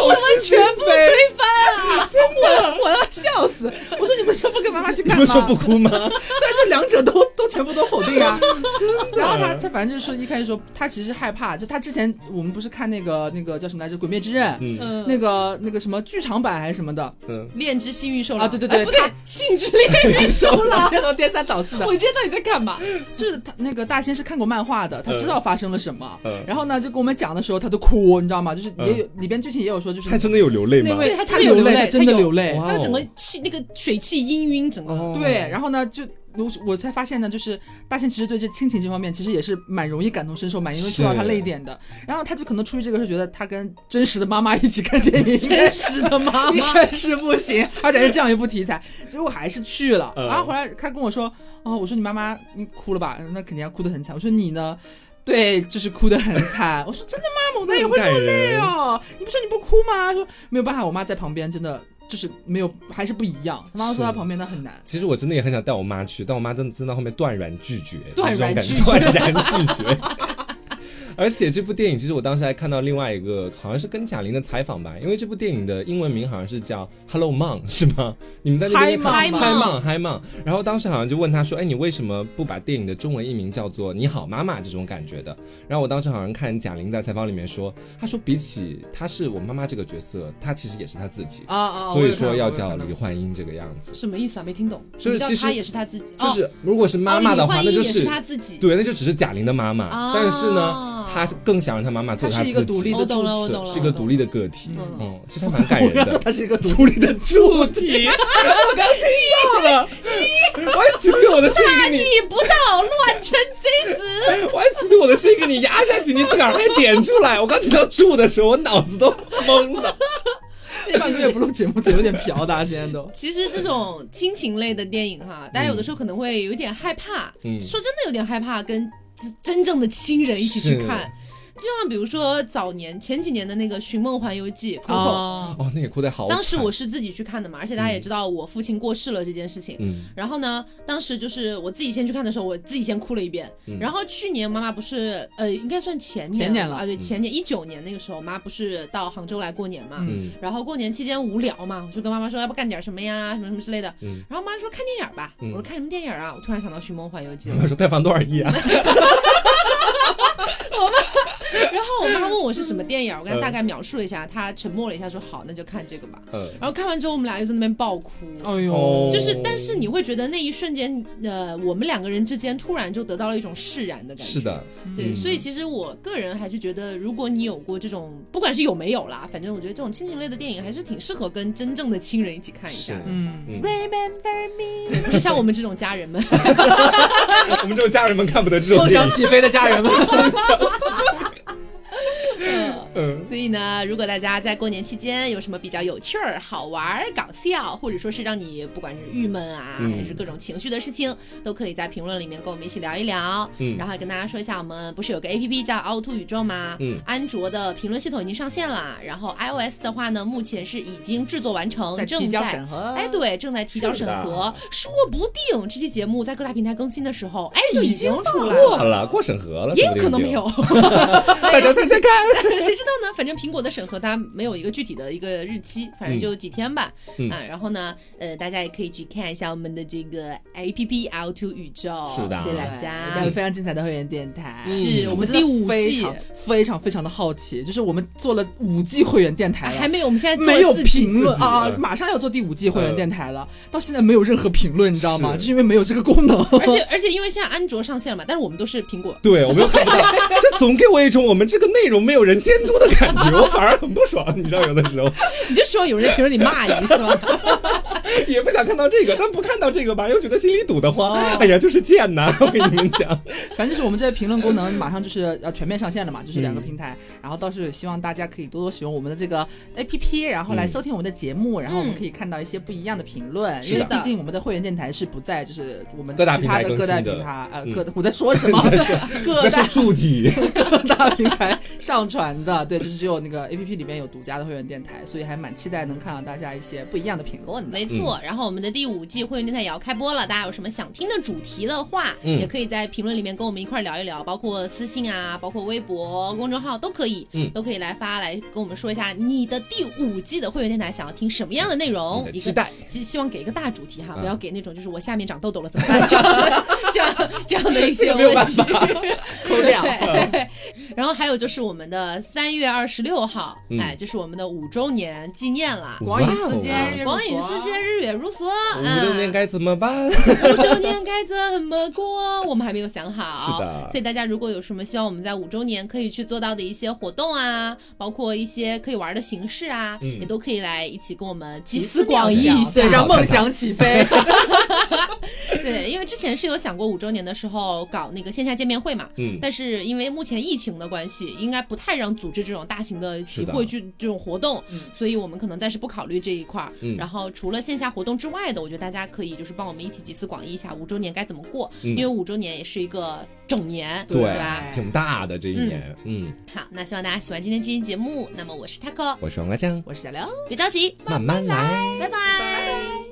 S2: 我们全部推，
S3: 我我要笑死！我说你们说不跟妈妈去
S2: 你
S3: 看吗？
S2: 不说不哭 吗？
S3: 对，就两者都都全部都否定 啊。然后他他反正就是说一开始说他其实害怕，就他之前我们不是看那个那个叫什么来着《鬼灭之刃》
S2: 嗯
S1: 嗯，
S3: 那个那个什么剧场版还是什么的，
S2: 嗯，
S1: 恋之幸运兽
S3: 啊对对对
S1: 哎不对
S3: 他，
S1: 性之恋运兽
S3: 我
S1: 了。
S3: 现在都颠三倒四的
S1: 我。今天到底在干嘛？
S3: 就是他那个大仙是看过漫画的，他知道发生了什么
S2: 嗯嗯，
S3: 然后呢就跟我们讲的时候他都哭，你知道吗？就是也有里边剧情也有说就是
S2: 他真的有流泪吗
S3: 那？位
S1: 对他
S3: 他
S1: 真的有流
S3: 流泪，
S1: 泪
S3: 嗯他真的
S1: 他有
S3: 流泪，
S2: 哇
S1: 他
S2: 哦
S1: 整个气那个水汽氤氲，整个
S2: 哦
S3: 对，，然后呢，就我我才发现呢，就是大仙其实对这亲情这方面其实也是蛮容易感同身受，蛮容易触到他
S2: 是
S3: 泪点的。然后他就可能出于这个是觉得他跟真实的妈妈一起看电 影，
S1: 真实的妈
S3: 应
S1: 妈。
S3: 该是不行，而且是这样一部题材，结果还是去了。
S2: 嗯
S3: 然后回来他跟我说，哦，我说你妈妈你哭了吧？那肯定要哭得很惨。我说你呢？对，就是哭得很惨。我说真的吗？猛男也会
S2: 落
S3: 对
S2: 泪。
S3: 哦，你不说你不哭吗？他说没有办法，我妈在旁边，真的就是没有，还是不一样。他妈妈坐在
S2: 是
S3: 旁边，那很难。
S2: 其实我真的也很想带我妈去，但我妈真的真的后面断然拒绝，
S1: 断然
S2: 就是
S1: 拒绝
S2: 这种感觉断然拒绝。 而且这部电影，其实我当时还看到另外一个，好像是跟贾玲的采访吧，因为这部电影的英文名好像是叫《Hello Mom》，是吗？你们在那边看
S3: Hi
S1: Mom
S2: 嗨 mom 嗨 mom，然后当时好像就问他说，哎，你为什么不把电影的中文译名叫做《你好妈妈》这种感觉的？然后我当时好像看贾玲在采访里面说，她说比起她是我妈妈这个角色，她其实也是她自己，
S3: 啊啊！
S2: 所
S3: 我
S2: 以
S3: 有看到
S2: 说要
S3: 我有
S2: 叫
S3: 看到
S2: 李焕英这个样子。
S1: 什么意思啊？没听懂。
S2: 就
S1: 你
S2: 是
S1: 知道
S2: 其实
S1: 他也是他自己，
S2: 就
S1: 哦
S2: 是如果是妈妈的
S1: 哦
S2: 话，
S1: 李焕
S2: 那
S1: 英
S2: 就
S1: 也
S2: 是
S1: 他自己。哦
S2: 对，那就只是贾玲的妈妈。但是呢，他更想让他妈妈做
S3: 他是一
S2: 自
S3: 个独
S2: 己
S3: 立，
S1: 我
S3: 的
S1: 哦懂了，
S3: 主
S1: 我
S2: 是
S1: 懂了，
S2: 是一个独
S1: 立。
S2: 立的个体。
S1: 嗯
S2: 嗯，其实还蛮感人 的。
S3: 他是一个独
S2: 独立 的主体，我刚听到了，我还起立我的声音给你，
S1: 你不到乱臣贼子，
S2: 我还起立我的声音给你压下去，你自个儿还点出来。我刚听到“住”的时候，我脑子都懵了。
S3: 半个月不录节目，怎么有点瓢？大家今天都
S1: 其实这种亲情类的电影哈，大家有的时候可能会有点害怕，
S2: 嗯
S1: 说真的有点害怕跟真真正的亲人一起去
S2: 是
S1: 看。就像比如说早年前几年的那个《寻梦环游记》，Coco，、
S3: 哦，
S2: 哦，那个哭得好惨。
S1: 当时我是自己去看的嘛，而且大家也知道我父亲过世了这件事情。
S2: 嗯，
S1: 然后呢，当时就是我自己先去看的时候，我自己先哭了一遍。
S2: 嗯
S1: 然后去年妈妈不是呃，应该算前年
S3: 前年了
S1: 啊，对，
S2: 嗯
S1: 前年一九年那个时候，妈不是到杭州来过年嘛。
S2: 嗯
S1: 然后过年期间无聊嘛，我就跟妈妈说，要不干点什么呀，什么什么之类的。
S2: 嗯
S1: 然后妈说看电影儿吧，
S2: 嗯
S1: 我说看什么电影儿啊？我突然想到《寻梦环游记》了
S2: 我说票房多少亿啊？
S1: 然后我妈问我是什么电影儿，我跟她
S2: 嗯
S1: 大概描述了一下，她沉默了一下说好，那就看这个吧。
S2: 嗯，
S1: 然后看完之后，我们俩又在那边爆哭。
S3: 哎
S2: 哦
S3: 呦，
S1: 就是，但是你会觉得那一瞬间，呃，我们两个人之间突然就得到了一种释然的感觉。
S2: 是，的，
S1: 对，
S2: 嗯
S1: 所以其实我个人还是觉得，如果你有过这种，不管是有没有啦，反正我觉得这种亲情类的电影还是挺适合跟真正的亲人一起看一下
S2: 是
S1: 的，
S3: 嗯，
S2: 嗯，
S1: 不是像我们这种家人们。
S2: 我们这种家人们看不得这种
S3: 梦
S2: 电
S3: 想
S2: 影。
S3: 起飞的家人们，
S2: 嗯，
S1: 所以呢，如果大家在过年期间有什么比较有趣儿、好玩儿、搞笑，或者说是让你不管是郁闷啊，
S2: 嗯
S1: 还是各种情绪的事情，都可以在评论里面跟我们一起聊一聊。
S2: 嗯
S1: 然后也跟大家说一下，我们不是有个 A P P 叫凹凸宇宙吗？
S2: 嗯
S1: 安卓的评论系统已经上线啦，然后 I O S 的话呢，目前是已经制作完成，正
S3: 提交
S1: 在
S3: 审。核，
S1: 哎，对，正在提交审
S2: 是
S1: 核
S2: 的，
S1: 说不定这期节目在各大平台更新的时候，哎，就
S3: 已
S1: 已
S3: 经
S1: 经出来
S2: 过
S1: 了，
S2: 了，过审核了，
S1: 也有
S2: 说不定
S1: 可能
S2: 就
S1: 没有，。
S2: 大家猜猜看。
S1: 谁知道呢？反正苹果的审核它没有一个具体的一个日期，反正就几天吧。
S2: 嗯
S1: 啊，然后呢，呃，大家也可以去看一下我们的这个 A P P L Two 宇宙，
S2: 是的
S1: 谢谢大
S3: 我
S1: 家嗯
S3: 们。非常精彩的会员电台，
S1: 是我
S3: 我
S1: 们
S3: 们
S1: 第
S3: 真
S1: 五
S3: 的非
S1: 季
S3: 常非常非常的好奇，就是我们做了五季会员电台
S1: 啊
S3: 呀，
S1: 还没有，我们现在做了
S3: 没有
S1: 四季
S3: 评论
S2: 自己
S3: 啊
S2: 的，
S3: 马上要做第五季会员电台了，到现在没有任何评论，你知道吗？嗯就是因为没有这个功能，
S1: 而且而且因为现在安卓上线了嘛，但是我们都是苹果。
S2: 对，我没有看到，这总给我一种我们这个内容没有人监督的 感觉，我反而很不爽，你知道，有的时候
S1: 你就希望有人在评论里骂你是吧？
S2: 也不想看到这个，但不看到这个吧，又觉得心里堵得
S1: 哦
S2: 慌，哎呀，就是贱呐！ 我跟你们 讲，
S3: 反正就是我们这个评论功能马上就是呃要全面上线了嘛，就是两个平台，
S2: 嗯
S3: 然后倒是希望大家可以多多使用我们的这个 APP，然后
S2: 嗯
S3: 来收听我们的节目，然后我们可以看到一些不一样的评论，
S2: 是
S3: 因
S2: 的
S3: 为毕竟我们的会员电台是不在就是我们
S2: 各大
S3: 其他
S2: 平台
S3: 各大
S2: 更新的
S3: 平台呃
S2: 嗯
S3: 各我在说什 么 各
S2: 那是
S3: 大
S2: 注体，
S3: 各大平台上传的，对，就是只有那个 APP 里面有独家的会员电台，所以还蛮期待能看到大家一些不一样的评论的。
S1: 没
S2: 嗯
S1: 错。然后我们的第五季会员电台也要开播了，大家有什么想听的主题的话，
S2: 嗯
S1: 也可以在评论里面跟我们一块儿聊一聊，包括私信啊，包括微博、公众号都可以，
S2: 嗯
S1: 都可以来发来跟我们说一下你的第五季的会员电台想要听什么样的内容
S2: 你，的
S1: 一个
S2: 期待，
S1: 希希望给一个大主题哈，
S2: 嗯
S1: 不要给那种就是我下面长痘痘了怎么办 这样的这样这样的一些
S2: 这个没有
S1: 问题。
S3: 扣掉
S2: 嗯
S1: 对， 然后还有就是我们的三月二十六号，
S2: 嗯
S1: 哎，就是我们的五周年纪念了。
S3: 光影四
S2: 哇哦
S3: 溅，日
S1: 光影四溅，日月如梭。
S2: 五六年
S1: 啊
S2: 该怎么办？
S1: 五周年该怎么过？我们还没有想好。
S2: 是的
S1: 所以大家如果有什么希望我们在五周年可以去做到的一些活动啊，包括一些可以玩的形式啊，
S2: 嗯
S1: 也都可以来一起跟我们集
S3: 集
S1: 思
S3: 思
S1: 广
S3: 广
S1: 益
S3: 益
S1: 一
S3: 一
S1: 下
S3: 下，。让梦想起 飞。
S1: 对，因为之前是有想过五周年的时候搞那个线下见面会嘛，
S2: 嗯，
S1: 但是因为目前疫情的关系，应该不太让组织这种大型的集
S2: 是的
S1: 会聚这种活动，所以我们可能暂时不考虑这一块儿。
S2: 嗯
S1: 然后除了线下活动之外的，我觉得大家可以就是帮我们一起集思广益一下五周年该怎么过，
S2: 嗯
S1: 因为五周年也是一个整年，
S2: 对
S1: 吧？
S2: 挺大的这一年，嗯，
S1: 好，那希望大家喜欢今天这期节目。那么我是 taco，
S2: 我是王阿江，
S3: 我是小刘。
S1: 别着急，
S2: 慢慢来。
S1: 拜拜